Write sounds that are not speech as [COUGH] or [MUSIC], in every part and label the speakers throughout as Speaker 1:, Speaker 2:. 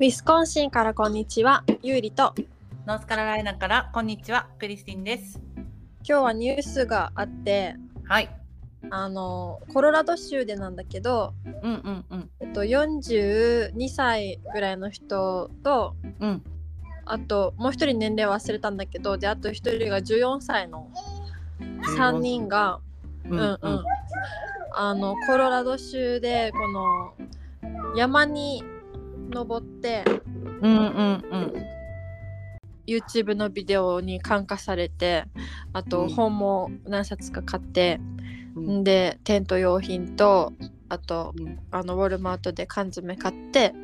Speaker 1: ウィスコンシンからこんにちは、ゆうりと。
Speaker 2: ノースカロライナからこんにちはクリスティンです。
Speaker 1: 今日はニュースがあって、
Speaker 2: はい。
Speaker 1: あのコロラド州でなんだけど、
Speaker 2: うんうんうん
Speaker 1: えっと42歳ぐらいの人と、
Speaker 2: うん。
Speaker 1: あともう一人年齢忘れたんだけど、であと一人が14歳の3人が、
Speaker 2: う
Speaker 1: うんうん、あのコロラド州でこの山に登って
Speaker 2: うんうんうん
Speaker 1: YouTube のビデオに感化されてあ
Speaker 2: う
Speaker 1: と
Speaker 2: ん
Speaker 1: 本も何冊か買って、
Speaker 2: うん
Speaker 1: ん、でテント用品とあと
Speaker 2: うん
Speaker 1: あのウォルマートで缶詰買って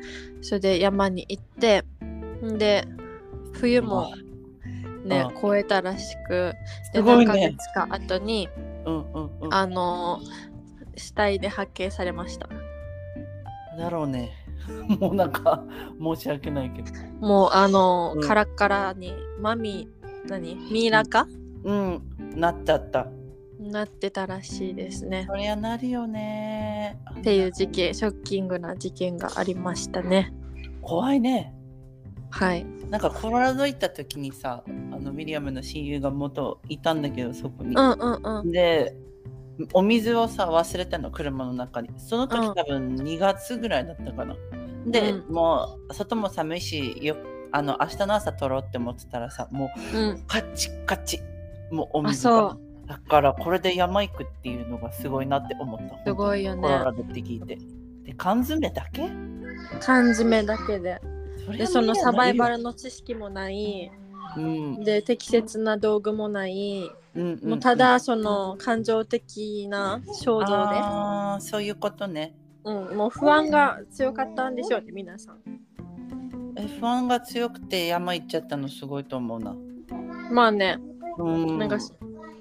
Speaker 1: それで山に行ってんで冬もね
Speaker 2: あ
Speaker 1: 越えたらしくです
Speaker 2: ごい
Speaker 1: 何
Speaker 2: ね
Speaker 1: ヶ月か後に
Speaker 2: うんうんうん。
Speaker 1: あの死体で発見されました
Speaker 2: だろうね。 [LAUGHS] もうなんか申し訳ないけど。
Speaker 1: もうあの、
Speaker 2: うん
Speaker 1: カラッカラにマミ何ミイラか、
Speaker 2: うん。なっちゃった。
Speaker 1: なってたらしいですね
Speaker 2: そりゃなるよね。っ
Speaker 1: っていう事。件ショッキングな事件がありましたね
Speaker 2: 怖いね。
Speaker 1: はい
Speaker 2: なんかコロラド行った時にさ、あのウィリアムの親友が元いたんだけどそこに。
Speaker 1: うんうんうん
Speaker 2: でお水をさ忘れたの車の中にその時、
Speaker 1: うん
Speaker 2: 多分2月ぐらいだったかなで、
Speaker 1: う
Speaker 2: もう外も寒いしよあの明日の朝取ろうって思ってたらさも
Speaker 1: うん
Speaker 2: うカチカチもうお
Speaker 1: あ
Speaker 2: 水
Speaker 1: そ
Speaker 2: が
Speaker 1: う
Speaker 2: だからこれで山行くっていうのがすごいなって思った
Speaker 1: すごいよね
Speaker 2: コロラドって聞いてで缶詰だけ
Speaker 1: 缶詰だけで
Speaker 2: それ
Speaker 1: で
Speaker 2: は
Speaker 1: そのサバイバル
Speaker 2: 無
Speaker 1: の知識もない
Speaker 2: 理やり、
Speaker 1: で適切な道具もない、
Speaker 2: うんうんうん
Speaker 1: もうただその感情的な
Speaker 2: あ
Speaker 1: 衝動で、
Speaker 2: ーそういうことね
Speaker 1: うん、もう不安が強かったんでしょうね皆さん
Speaker 2: F1 が強くて山行っちゃったのすごいと思うな
Speaker 1: まあね
Speaker 2: うん
Speaker 1: なんかそ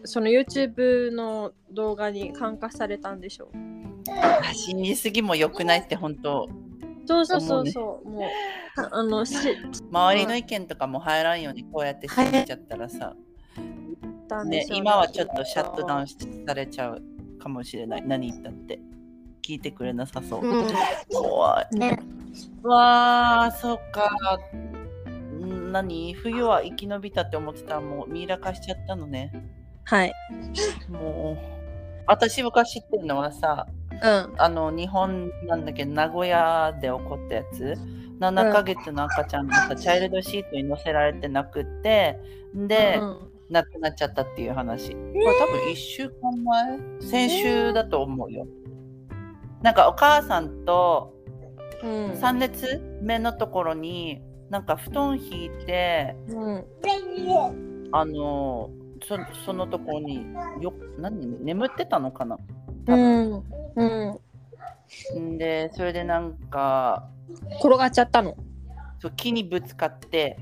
Speaker 1: その YouTube の動画に感化されたんでしょう
Speaker 2: 死にすぎも良くないって本当
Speaker 1: そうそうそうそうもうああのし
Speaker 2: 周りの意見とかも入らんようにこうやって過ぎちゃったらさ、
Speaker 1: たんで
Speaker 2: ね
Speaker 1: しょうね
Speaker 2: 今はちょっとシャットダウンされちゃうかもしれない何言ったって聞いてくれなさそう、
Speaker 1: う
Speaker 2: 怖い
Speaker 1: んね
Speaker 2: わあそっかん何冬は生き延びたって思ってたらもうミイラ化しちゃったのね
Speaker 1: はい
Speaker 2: もう私昔知ってるのはさ
Speaker 1: うん
Speaker 2: あの日本なんだけど名古屋で起こったやつ7ヶ月の赤ちゃんがさ、チャイルドシートに乗せられてなくってで、
Speaker 1: うん
Speaker 2: 亡くなっちゃったっていう話これ多分1週間前先週だと思うよ、なんかお母さんと
Speaker 1: うん
Speaker 2: 3列目のところになんか布団引いて
Speaker 1: うん
Speaker 2: あのそそのところによ何眠ってたのかな多
Speaker 1: う
Speaker 2: 分
Speaker 1: んうん
Speaker 2: んでそれでなんか
Speaker 1: 転がっちゃったの
Speaker 2: そう木にぶつかって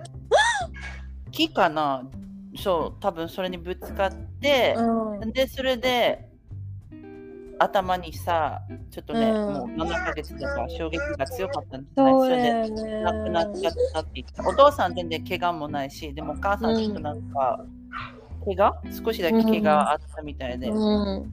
Speaker 2: 木かなそう多分それにぶつかって、
Speaker 1: うん
Speaker 2: でそれで頭にさちょっとね、
Speaker 1: うん
Speaker 2: もう7ヶ月とか衝撃が強かったんじゃない
Speaker 1: そ
Speaker 2: そうれ
Speaker 1: だ
Speaker 2: で
Speaker 1: よね
Speaker 2: 亡くなっちゃったって言ったお父さん全然怪我もないしでもお母さんちょっとなんか、怪我少しだけ怪我あったみたいで、
Speaker 1: うん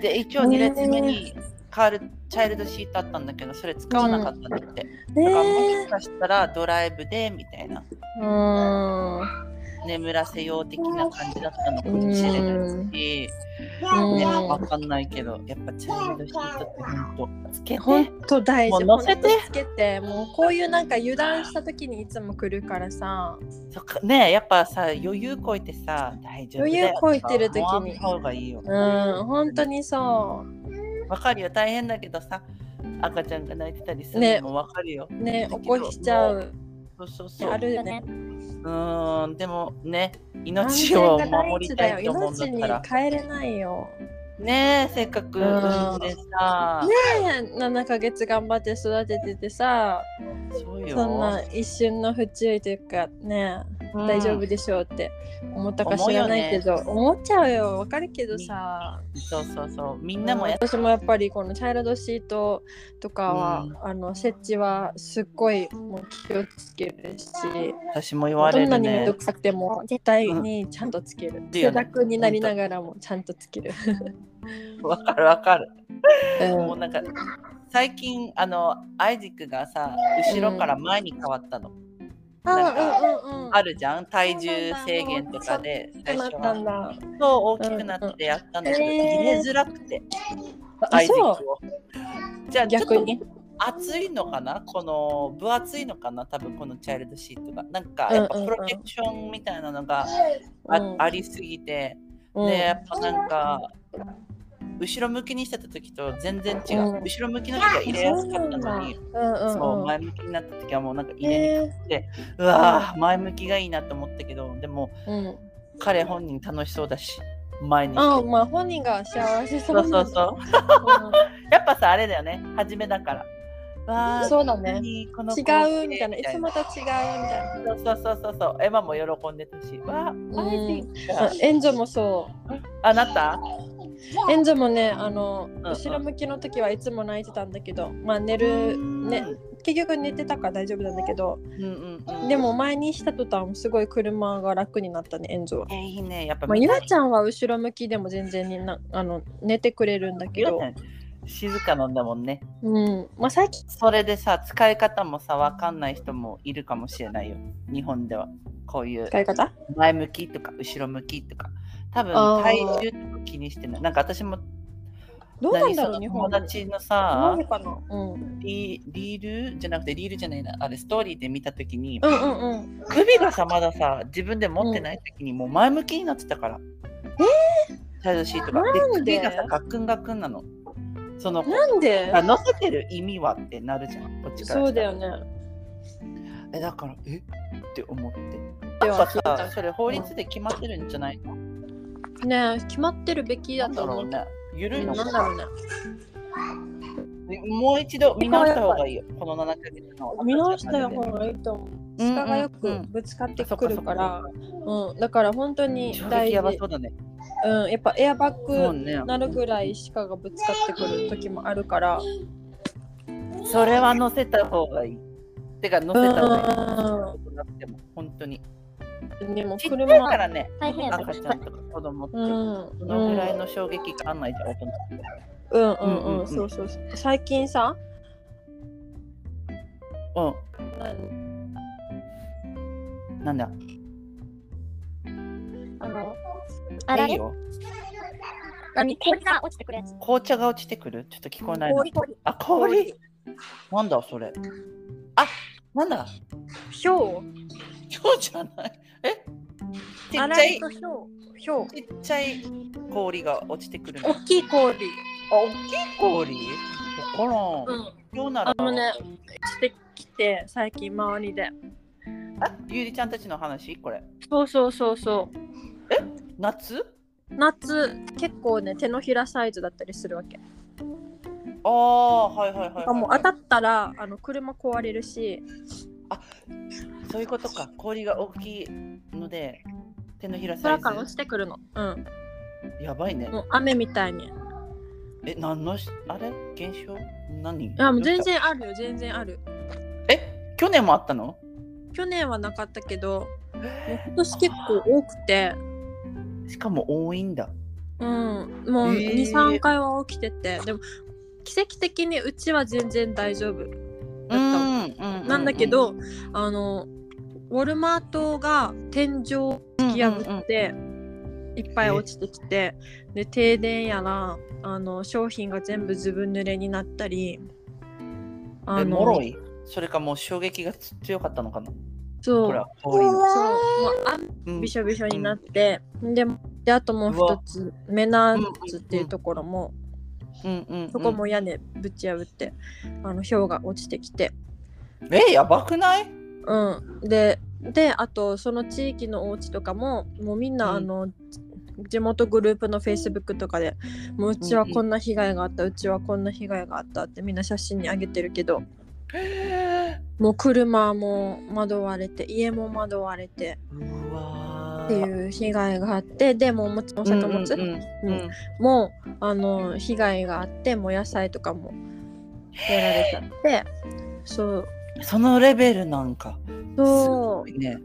Speaker 2: で一応2列目にカール、チャイルドシートあったんだけどそれ使わなかったんだって、
Speaker 1: ね
Speaker 2: だからもしかしたらドライブでみたいな
Speaker 1: えうん
Speaker 2: 眠らせよう的な感じだったのかもしれないし、
Speaker 1: うん
Speaker 2: ね、わかんないけどやっぱチャイルドシートってほんとつけて
Speaker 1: ほんと大事
Speaker 2: もう乗せて
Speaker 1: ほんとつけてもうこういうなんか油断した時にいつも来るからさ
Speaker 2: そっかねやっぱさ余裕こいてさ大丈夫だよ
Speaker 1: 余裕こいてる時に
Speaker 2: 思わん方がいいよ
Speaker 1: うん本当にそ
Speaker 2: わかるよ大変だけどさ赤ちゃんが泣いてたりす
Speaker 1: ね
Speaker 2: るのもわかるよ、
Speaker 1: うね
Speaker 2: だ
Speaker 1: 起
Speaker 2: けど
Speaker 1: こしちゃう
Speaker 2: そうそうそう
Speaker 1: あるよね
Speaker 2: うーんでもね
Speaker 1: 安
Speaker 2: 命
Speaker 1: 全
Speaker 2: を
Speaker 1: が第
Speaker 2: 守
Speaker 1: 一
Speaker 2: り
Speaker 1: だよ
Speaker 2: たいと思うんだ
Speaker 1: 命
Speaker 2: っ
Speaker 1: に
Speaker 2: たら
Speaker 1: 変えれないよ
Speaker 2: ねえせっかく
Speaker 1: うん
Speaker 2: 産んでさ、
Speaker 1: 7ヶ月頑張って育てててさ
Speaker 2: そうよ
Speaker 1: そんな一瞬の不注意というかね
Speaker 2: うん
Speaker 1: 大丈夫でしょうって思ったか知らないけど思,、っちゃうよわかるけどさ、
Speaker 2: そうそうそうみ
Speaker 1: うんん
Speaker 2: なもやっ
Speaker 1: 私もやっぱりこのチャイルドシートとかは、
Speaker 2: うん
Speaker 1: あの設置はすっごいもう気をつけるし、
Speaker 2: 私も言わ
Speaker 1: ど
Speaker 2: れ
Speaker 1: んな
Speaker 2: る
Speaker 1: にめん
Speaker 2: ね
Speaker 1: どくさくても絶対にちゃんとつける、
Speaker 2: ん
Speaker 1: 汗だくになりながらもちゃんとつける、
Speaker 2: わかるわかる、
Speaker 1: うん
Speaker 2: もうなんか最近あのアイジックがさ後ろから前に変わったの、なんか
Speaker 1: うんうんうん
Speaker 2: あるじゃん体重制限とかで
Speaker 1: そう
Speaker 2: 最
Speaker 1: な
Speaker 2: 初
Speaker 1: ったん
Speaker 2: は
Speaker 1: だ。
Speaker 2: そう大きくなってやったんだけど、
Speaker 1: うんうん
Speaker 2: 入れづらくてア
Speaker 1: あ、
Speaker 2: イジッ
Speaker 1: そう。
Speaker 2: クをじゃあちょっ
Speaker 1: 逆
Speaker 2: と
Speaker 1: に。
Speaker 2: 厚いのかなこの分厚いのかな多分このチャイルドシートがなんかやっぱ
Speaker 1: うんうん
Speaker 2: プ
Speaker 1: うん
Speaker 2: ロテクションみたいなのがあ,、
Speaker 1: うん
Speaker 2: ありすぎて、
Speaker 1: うん
Speaker 2: でやっぱなんか後ろ向きにしてた時と全然違う、
Speaker 1: うん
Speaker 2: 後ろ向きの時は入れやすかったのに
Speaker 1: そうなんだうんうんうん、
Speaker 2: そう前向きになった時はもうなんか入れにくい、
Speaker 1: え
Speaker 2: うわー前向きがいいなと思ったけどでも
Speaker 1: ーうん、
Speaker 2: 彼本人楽しそうだし前に
Speaker 1: あ
Speaker 2: して
Speaker 1: まあ本人が幸せそ
Speaker 2: そううそう
Speaker 1: う
Speaker 2: そうやっぱさあれだよね初めだからわ
Speaker 1: ん
Speaker 2: ー
Speaker 1: そうだね
Speaker 2: いいこの
Speaker 1: 違
Speaker 2: 光景
Speaker 1: うみたいないつもと違うみたい
Speaker 2: そうそうそうそうそうエマも喜んでたしわ
Speaker 1: ん
Speaker 2: あアイジック
Speaker 1: な
Speaker 2: が
Speaker 1: あエンジョもそ
Speaker 2: あなった
Speaker 1: うエンジョもねあの
Speaker 2: ん
Speaker 1: 後ろ向きの時はいつも泣いてたんだけどまあ寝るね結局寝てたから大丈夫なんだけど
Speaker 2: うんうんうん
Speaker 1: でも前にした途端すごい車が楽になったねエンジョは。
Speaker 2: えいいねやっぱ
Speaker 1: まあ、
Speaker 2: 見
Speaker 1: ゆ
Speaker 2: た
Speaker 1: ら
Speaker 2: い
Speaker 1: ちゃんは後ろ向きでも全然になあの寝てくれるんだけ
Speaker 2: よ
Speaker 1: ど、
Speaker 2: ね静かなんだもんね
Speaker 1: うんまあ、最近
Speaker 2: それでさ使い方もさわかんない人もいるかもしれないよ日本ではこういう
Speaker 1: 使い方
Speaker 2: 前向きとか後ろ向きとか多分
Speaker 1: あー
Speaker 2: 体重とか気にしてないなんか私も
Speaker 1: どうなんだろ
Speaker 2: 何そうの
Speaker 1: 日
Speaker 2: 友
Speaker 1: 本
Speaker 2: 達の
Speaker 1: な
Speaker 2: さ
Speaker 1: ぜかな、うん、うん
Speaker 2: リリールじゃなくてリールじゃないなあれストーリーで見た時に、
Speaker 1: うんうん
Speaker 2: 首がさまださ自分で持ってない時にもう前向きになってたから、チャイルドシートがで
Speaker 1: なんで
Speaker 2: 首がさガクンガクンなのその
Speaker 1: なんで
Speaker 2: あ乗せてる意味はってなるじゃんこっちから
Speaker 1: そうだよ
Speaker 2: ね
Speaker 1: ね
Speaker 2: えだからえって思って
Speaker 1: で
Speaker 2: やっぱ
Speaker 1: は聞いた
Speaker 2: さそれ法律で決まってるんじゃないの、
Speaker 1: ねえ決まってるべきだ
Speaker 2: なんだ
Speaker 1: と
Speaker 2: ろ
Speaker 1: 思
Speaker 2: う
Speaker 1: う
Speaker 2: ね緩いの
Speaker 1: な
Speaker 2: か
Speaker 1: んだろうね
Speaker 2: もう一度見直した方がいいよこの7ヶ月の
Speaker 1: 見直した方がいいと思う鹿がよ
Speaker 2: うんう
Speaker 1: く
Speaker 2: ん
Speaker 1: ぶつかってくるから、うん、だから本当に
Speaker 2: 衝
Speaker 1: 大
Speaker 2: 撃
Speaker 1: 事
Speaker 2: やばそうだね
Speaker 1: うん、やっぱエアバ
Speaker 2: そう
Speaker 1: ッグ
Speaker 2: ね
Speaker 1: なるぐらい鹿がぶつかってくる時もあるから
Speaker 2: それは乗せた方がいいてか乗せた方がいいなくても本当に
Speaker 1: でも
Speaker 2: ちっちゃいか
Speaker 1: 車
Speaker 2: らね、
Speaker 3: 大変や
Speaker 2: 赤ちゃんとか子供って、
Speaker 1: うん
Speaker 2: そのぐらいの衝撃があんないじゃん、大人。
Speaker 1: うんうん
Speaker 2: う
Speaker 1: う
Speaker 2: んうんうんん
Speaker 1: そうそうそう最近さ何
Speaker 2: うん、なんだ。
Speaker 3: あの、あ
Speaker 2: い
Speaker 3: ら
Speaker 2: い
Speaker 3: れ
Speaker 2: よ。
Speaker 3: 何氷が落ちてくるやつ。
Speaker 2: 紅茶が落ちてくるちょっと聞こえないな。
Speaker 3: 氷、氷。
Speaker 2: あ、氷なんだそれ。あ、なんだ
Speaker 1: ひょう
Speaker 2: 今日じゃない。えち
Speaker 1: あ
Speaker 2: っ
Speaker 1: ら
Speaker 2: ちゃ
Speaker 1: れ
Speaker 2: い
Speaker 1: と、ひょうひょう
Speaker 2: ちっちゃい氷が落ちてくるの。あ
Speaker 1: 大、きい氷
Speaker 2: 大きい氷わからん。
Speaker 1: ん
Speaker 2: どうな
Speaker 1: あ
Speaker 2: る
Speaker 1: のねしてきて最近周りで
Speaker 2: あ、ゆりちゃんたちの話これ。
Speaker 1: そうそうそうそう
Speaker 2: 夏
Speaker 1: 夏結構ね手のひらサイズだったりするわけ
Speaker 2: ああ、はいはいはいはい、
Speaker 1: あもう当たったらあの車壊れるし
Speaker 2: そういうことか。氷が大きいので、手のひら
Speaker 1: 空
Speaker 2: サイ
Speaker 1: から落
Speaker 2: ズ。
Speaker 1: ちてくるのうん
Speaker 2: やばいね。
Speaker 1: もう雨みたいにい
Speaker 2: え、何のしあれ現象何
Speaker 1: やもう全
Speaker 2: どうし
Speaker 1: 然あるよ全然ある
Speaker 2: た。え、去年もあったの
Speaker 1: 去年はなかったけどもう今年結構多くて
Speaker 2: しかも多いんだ。
Speaker 1: うん、もう
Speaker 2: えー
Speaker 1: 23、回は起きててでも奇跡的にうちは全然大丈夫だったの
Speaker 2: ん
Speaker 1: なんだけ、ど、あのウォルマートが天井を突き破っていっぱい落ちてきて、で停電やらあの商品が全部ずぶ濡れになったり
Speaker 2: え、
Speaker 1: あ
Speaker 2: もろい。それかもう衝撃が強かったのかな
Speaker 1: そう
Speaker 2: ほら、氷の。
Speaker 1: そうもうあ
Speaker 2: うん
Speaker 1: びしょびしょになって、でであともう
Speaker 2: う
Speaker 1: 一
Speaker 2: わ
Speaker 1: つメナーズっていうところも、
Speaker 2: うんうんうん
Speaker 1: そこも屋根ぶち破って、あの氷が落ちてきて、
Speaker 2: え、やばくない
Speaker 1: うん、でであとその地域のお家とかももうみんな、
Speaker 2: う
Speaker 1: あ
Speaker 2: ん
Speaker 1: の地元グループのフェイスブックとかでもううちはこんな被害があった、うちはこんな被害があったってみんな写真に上げてるけどもう車も窓割れて家も窓割れて
Speaker 2: うわー
Speaker 1: っていう被害があってでもうもちろんお作物、
Speaker 2: うんうんうん
Speaker 1: もあの被害があってもう野菜とかもやられちゃってそう
Speaker 2: うんそのレベルなんか。す
Speaker 1: そ
Speaker 2: ごいね。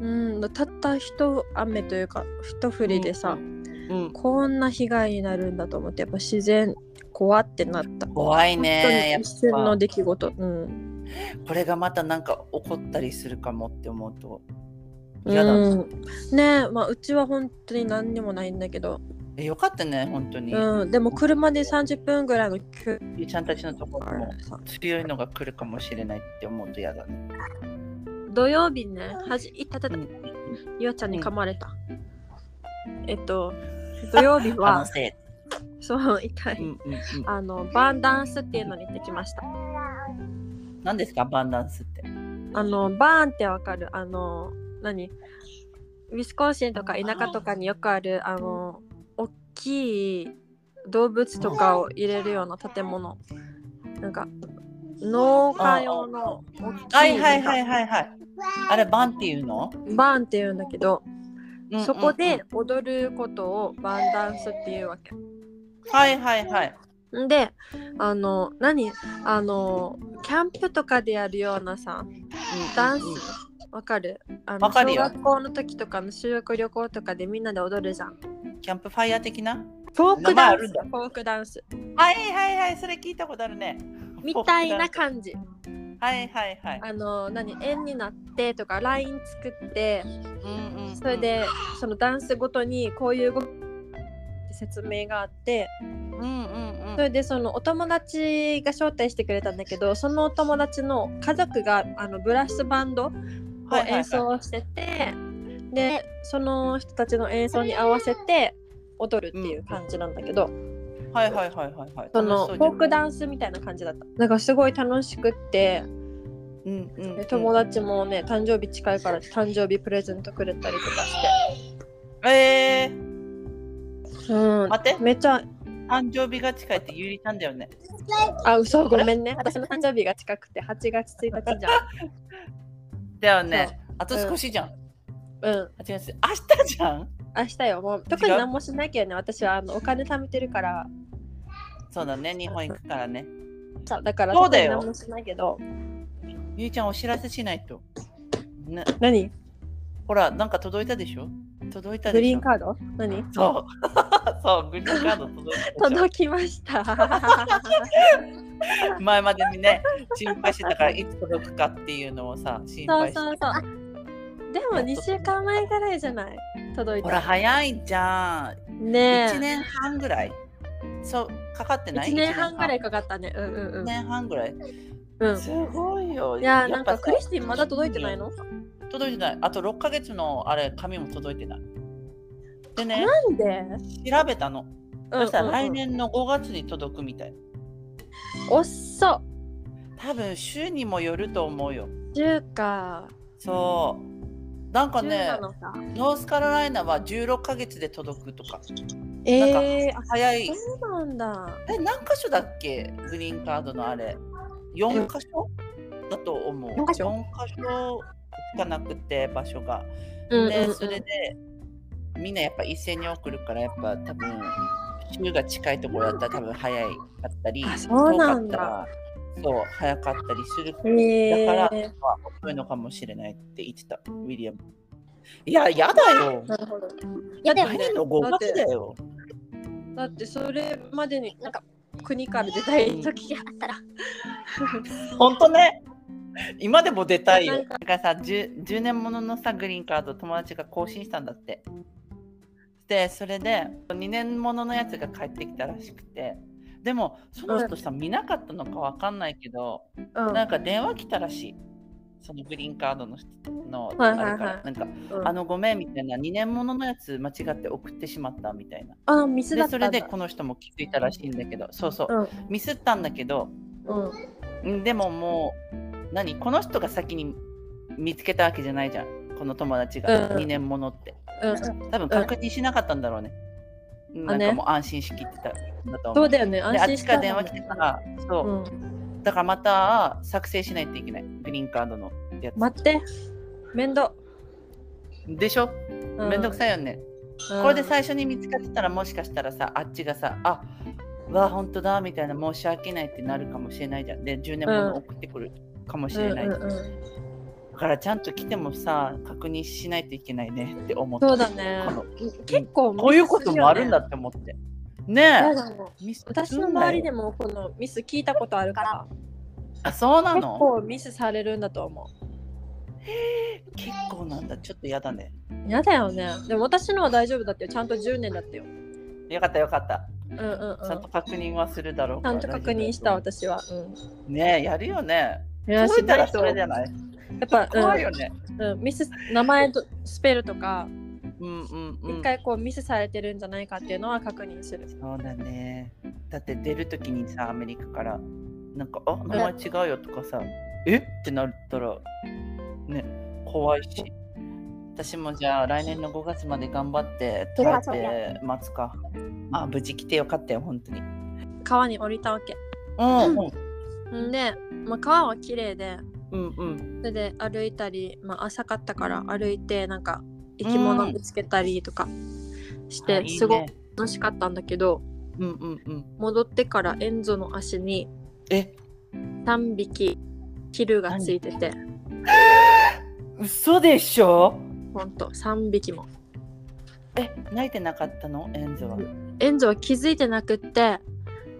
Speaker 1: う、うん、たった一雨というか一振りでさ、
Speaker 2: うんうん、
Speaker 1: こんな被害になるんだと思ってやっぱ自然怖ってなった。
Speaker 2: 怖いね。
Speaker 1: 本当に
Speaker 2: やっ
Speaker 1: 一瞬
Speaker 2: ぱ
Speaker 1: の出来事。うん。
Speaker 2: これがまたなんか起こったりするかもって思うと嫌だ、
Speaker 1: うん、ねえ、まあ、うちは本当に何にもないんだけど、
Speaker 2: えよかったね本当に、
Speaker 1: うん、でも車で30分ぐらいの距離
Speaker 2: ゆうちゃんたちのとこ
Speaker 1: か
Speaker 2: ろも
Speaker 1: らさ
Speaker 2: 強いのが来るかもしれないって思うと嫌だね
Speaker 1: 土曜日ねはじいたたた
Speaker 2: うん
Speaker 1: ゆあちゃんに噛まれた、えっと土曜日
Speaker 2: あの
Speaker 1: は
Speaker 2: せい
Speaker 1: そう痛い、
Speaker 2: うんうんうん
Speaker 1: あのバンダンスっていうのに行ってきました
Speaker 2: 何ですかバンダンスって
Speaker 1: あのバーンってわかるあの何ウィスコンシンとか田舎とかによくあるあの大きい動物とかを入れるような建物なんか農家用の大きい
Speaker 2: はいはいは
Speaker 1: ないん
Speaker 2: はいはいあれバンっていうの、
Speaker 1: かバーンっていうんだけど、
Speaker 2: うんうんうん
Speaker 1: そこで踊ることをバンダンスっていうわけ
Speaker 2: はいはいはい
Speaker 1: んであの何あのキャンプとかでやるようなさダンスわかるあの
Speaker 2: わかる
Speaker 1: 小
Speaker 2: よ
Speaker 1: 学校の時とかの修学旅行とかでみんなで踊るじゃん
Speaker 2: キャンプファイヤー的な
Speaker 1: フォークダン
Speaker 2: 名前ある
Speaker 1: ス
Speaker 2: んだ
Speaker 1: フォークダンス
Speaker 2: はいはいはいそれ聞いたことあるね
Speaker 1: みたいな
Speaker 2: 感
Speaker 1: 感じ
Speaker 2: じはいはいはい
Speaker 1: あの何円になってとかライン作って
Speaker 2: うんうんうん
Speaker 1: それでそのダンスごとにこういう動きって説明があって
Speaker 2: うんうんうん
Speaker 1: それでそのお友達が招待してくれたんだけどそのお友達の家族があのブラスバンドを
Speaker 2: はいはいはい
Speaker 1: 演奏をしてて、でその人たちの演奏に合わせて踊るっていう感じなんだけど、
Speaker 2: はいはいはいはいはい
Speaker 1: その
Speaker 2: 楽し
Speaker 1: フォ
Speaker 2: う
Speaker 1: ークダンスみたいな感じだったなんかすごい楽しくって
Speaker 2: じゃんうんうんう
Speaker 1: で
Speaker 2: ん
Speaker 1: 友達もね誕生日近いから誕生日プレゼントくれたりとかし
Speaker 2: えー
Speaker 1: て、うん、
Speaker 2: 待って
Speaker 1: めっちゃ
Speaker 2: 誕生日が近いってゆりちゃんだよね
Speaker 1: あ嘘ごめんね私の誕生日が近くて8月1日じゃ
Speaker 2: だよねあと少しじゃん、
Speaker 1: ん。うん
Speaker 2: [LAUGHS] あ違う違う明日じゃん
Speaker 1: 明日よもう特に何もしないけどね私はあのお金貯めてるから
Speaker 2: そうだね日本行くからね
Speaker 1: そうだから
Speaker 2: そうだよ
Speaker 1: 特に何もしないけど
Speaker 2: ゆりちゃんお知らせしないとね
Speaker 1: 何
Speaker 2: ほらなんか届いたでしょ届いたで
Speaker 1: グ
Speaker 2: しょ
Speaker 1: リーンカード何
Speaker 2: そう [LAUGHS] そうグリーンカード届いたでしょ
Speaker 1: 届きました
Speaker 2: [LAUGHS] 前までにね心配してたからいつ届くかっていうのをさ心
Speaker 1: そ
Speaker 2: 配
Speaker 1: う
Speaker 2: して
Speaker 1: そうそうでも2週間前ぐらいじゃない届い
Speaker 2: ほら
Speaker 1: た
Speaker 2: 早いじゃん
Speaker 1: ねえ
Speaker 2: 1年半ぐらいそうかかってない
Speaker 1: 1年半ぐらいかかったねうんうん
Speaker 2: 1
Speaker 1: うん
Speaker 2: 年半ぐらい
Speaker 1: うん
Speaker 2: すごいよ
Speaker 1: いやー
Speaker 2: っぱ
Speaker 1: なんか
Speaker 2: さ
Speaker 1: クリスティンまだ届いてないの
Speaker 2: 届いてないあと6ヶ月のあれ紙も届いてないでね
Speaker 1: なんで
Speaker 2: 調べたのそしたら来
Speaker 1: うんうんうん
Speaker 2: 年の5月に届くみたい
Speaker 1: おっそ
Speaker 2: 多分週にもよると思うよ
Speaker 1: 10か
Speaker 2: そうなんか
Speaker 1: 10
Speaker 2: ね
Speaker 1: なのか
Speaker 2: ノースカロライナは16ヶ月で届くとか
Speaker 1: えー、あ
Speaker 2: 早い
Speaker 1: そうなんだ
Speaker 2: え何箇所だっけグリーンカードのあれ4箇所だと思う
Speaker 1: 四箇所
Speaker 2: 4箇所しかなくて場所が
Speaker 1: うんうん
Speaker 2: で
Speaker 1: うん
Speaker 2: それでみんなやっぱ一斉に送るからやっぱ多分週が近いところだったら多分早かったり
Speaker 1: あそうなんだ
Speaker 2: 遠かったらそう早かったりする
Speaker 1: えー、
Speaker 2: だからまあ遅いのかもしれないって言ってたウィリアムいややだよ
Speaker 1: なるほど。いやで
Speaker 3: やで
Speaker 1: も
Speaker 2: 来年の5月だよ
Speaker 1: だってそれまでになんか国から出たい時
Speaker 3: 時があったら。
Speaker 2: 本当ね今でも出たい
Speaker 1: な
Speaker 2: よなん
Speaker 1: ん
Speaker 2: かさ 10, 10年もののさグリーンカード友達が更新したんだってでそれで2年もののやつが帰ってきたらしくてでもその人さ見なかったのかわかんないけど
Speaker 1: うん
Speaker 2: なんか電話来たらしいそのグリーンカードの人のあ
Speaker 1: はい
Speaker 2: れ
Speaker 1: はいはい
Speaker 2: からなんか
Speaker 1: うん
Speaker 2: あのごめんみたいな2年もののやつ間違って送ってしまったみたいな
Speaker 1: あミスだ
Speaker 2: で
Speaker 1: った
Speaker 2: そ
Speaker 1: んだ
Speaker 2: れでこの人も気づいたらしいんだけどそうそう
Speaker 1: うん
Speaker 2: ミスったんだけど
Speaker 1: うん
Speaker 2: んでももう何この人が先に見つけたわけじゃないじゃんこの友達が
Speaker 1: うん
Speaker 2: 2年ものって
Speaker 1: うん
Speaker 2: 多分確認しなかったんだろうね、なんか
Speaker 1: ね
Speaker 2: もう安心しきってたんだと
Speaker 1: そ
Speaker 2: 思う
Speaker 1: うだよね安
Speaker 2: であっ
Speaker 1: 心
Speaker 2: ち
Speaker 1: し
Speaker 2: か
Speaker 1: た
Speaker 2: ら電話来てからそうう、
Speaker 1: ん、
Speaker 2: だからまた作成しないといけないグリーンカードのやつ、
Speaker 1: 待って面倒、
Speaker 2: でしょ、
Speaker 1: う
Speaker 2: めんどく
Speaker 1: い、
Speaker 2: さいよね、
Speaker 1: うん
Speaker 2: これで最初に見つかってたらもしかしたらさあっちがさあわあ本当だみたいな申し訳ないってなるかもしれないじゃんで10年もの送ってくるかもしれないじゃん
Speaker 1: うんうんうん
Speaker 2: だからちゃんと来てもさ確認しないといけないねって思った
Speaker 1: そうだね
Speaker 2: この
Speaker 1: 結構
Speaker 2: こういうこともあるんだ
Speaker 1: ミ
Speaker 2: って思って
Speaker 1: スする
Speaker 2: ね
Speaker 1: よねそうだね
Speaker 2: えミス
Speaker 1: 私の周りでもこのミス聞いたことあるから
Speaker 2: あそうな
Speaker 1: 結
Speaker 2: の
Speaker 1: 構ミスされるんだと思
Speaker 2: 結構なんだちょっとやだね
Speaker 1: う嫌だよねでも私のは大丈夫だってよちゃんと10年だってよ
Speaker 2: よかったよかった
Speaker 1: うんうんうん
Speaker 2: ちゃんと確認はするだろう
Speaker 1: ちゃんと確認した私はうん
Speaker 2: ねえやるよね
Speaker 1: いや
Speaker 2: 届
Speaker 1: し
Speaker 2: い
Speaker 1: な
Speaker 2: た
Speaker 1: い
Speaker 2: ら
Speaker 1: と
Speaker 2: それじ
Speaker 1: や
Speaker 2: ゃない
Speaker 1: っぱ、
Speaker 2: 怖いよね
Speaker 1: うんうん、ミス名前とスペルとか
Speaker 2: うんうん
Speaker 1: 一、
Speaker 2: うん
Speaker 1: 回こうミスされてるんじゃないかっていうのは確認する
Speaker 2: そうだねだって出るときにさアメリカからなんか「あ名前違うよ」とかさ「えっ?」てなったらね怖いし私もじゃあ来年の5月まで頑張って
Speaker 3: い
Speaker 2: 取
Speaker 3: や
Speaker 2: って待つかあ無事来てよかったよ本当に
Speaker 1: 川に降りたわけ
Speaker 2: うん
Speaker 1: んで、まあ、川は綺麗で
Speaker 2: うんうん
Speaker 1: それで歩いたり、まあ、浅かったから歩いてなんか生き物ぶつけたりとかして、
Speaker 2: あいいね
Speaker 1: すごく楽しかったんだけど
Speaker 2: うんうんうん
Speaker 1: 戻ってからエンゾの足に
Speaker 2: え
Speaker 1: 3匹キルがついてて
Speaker 2: 嘘でしょ
Speaker 1: ほんと3匹も
Speaker 2: え泣いてなかったのエンズは、うん
Speaker 1: エンゾは気づいてなくって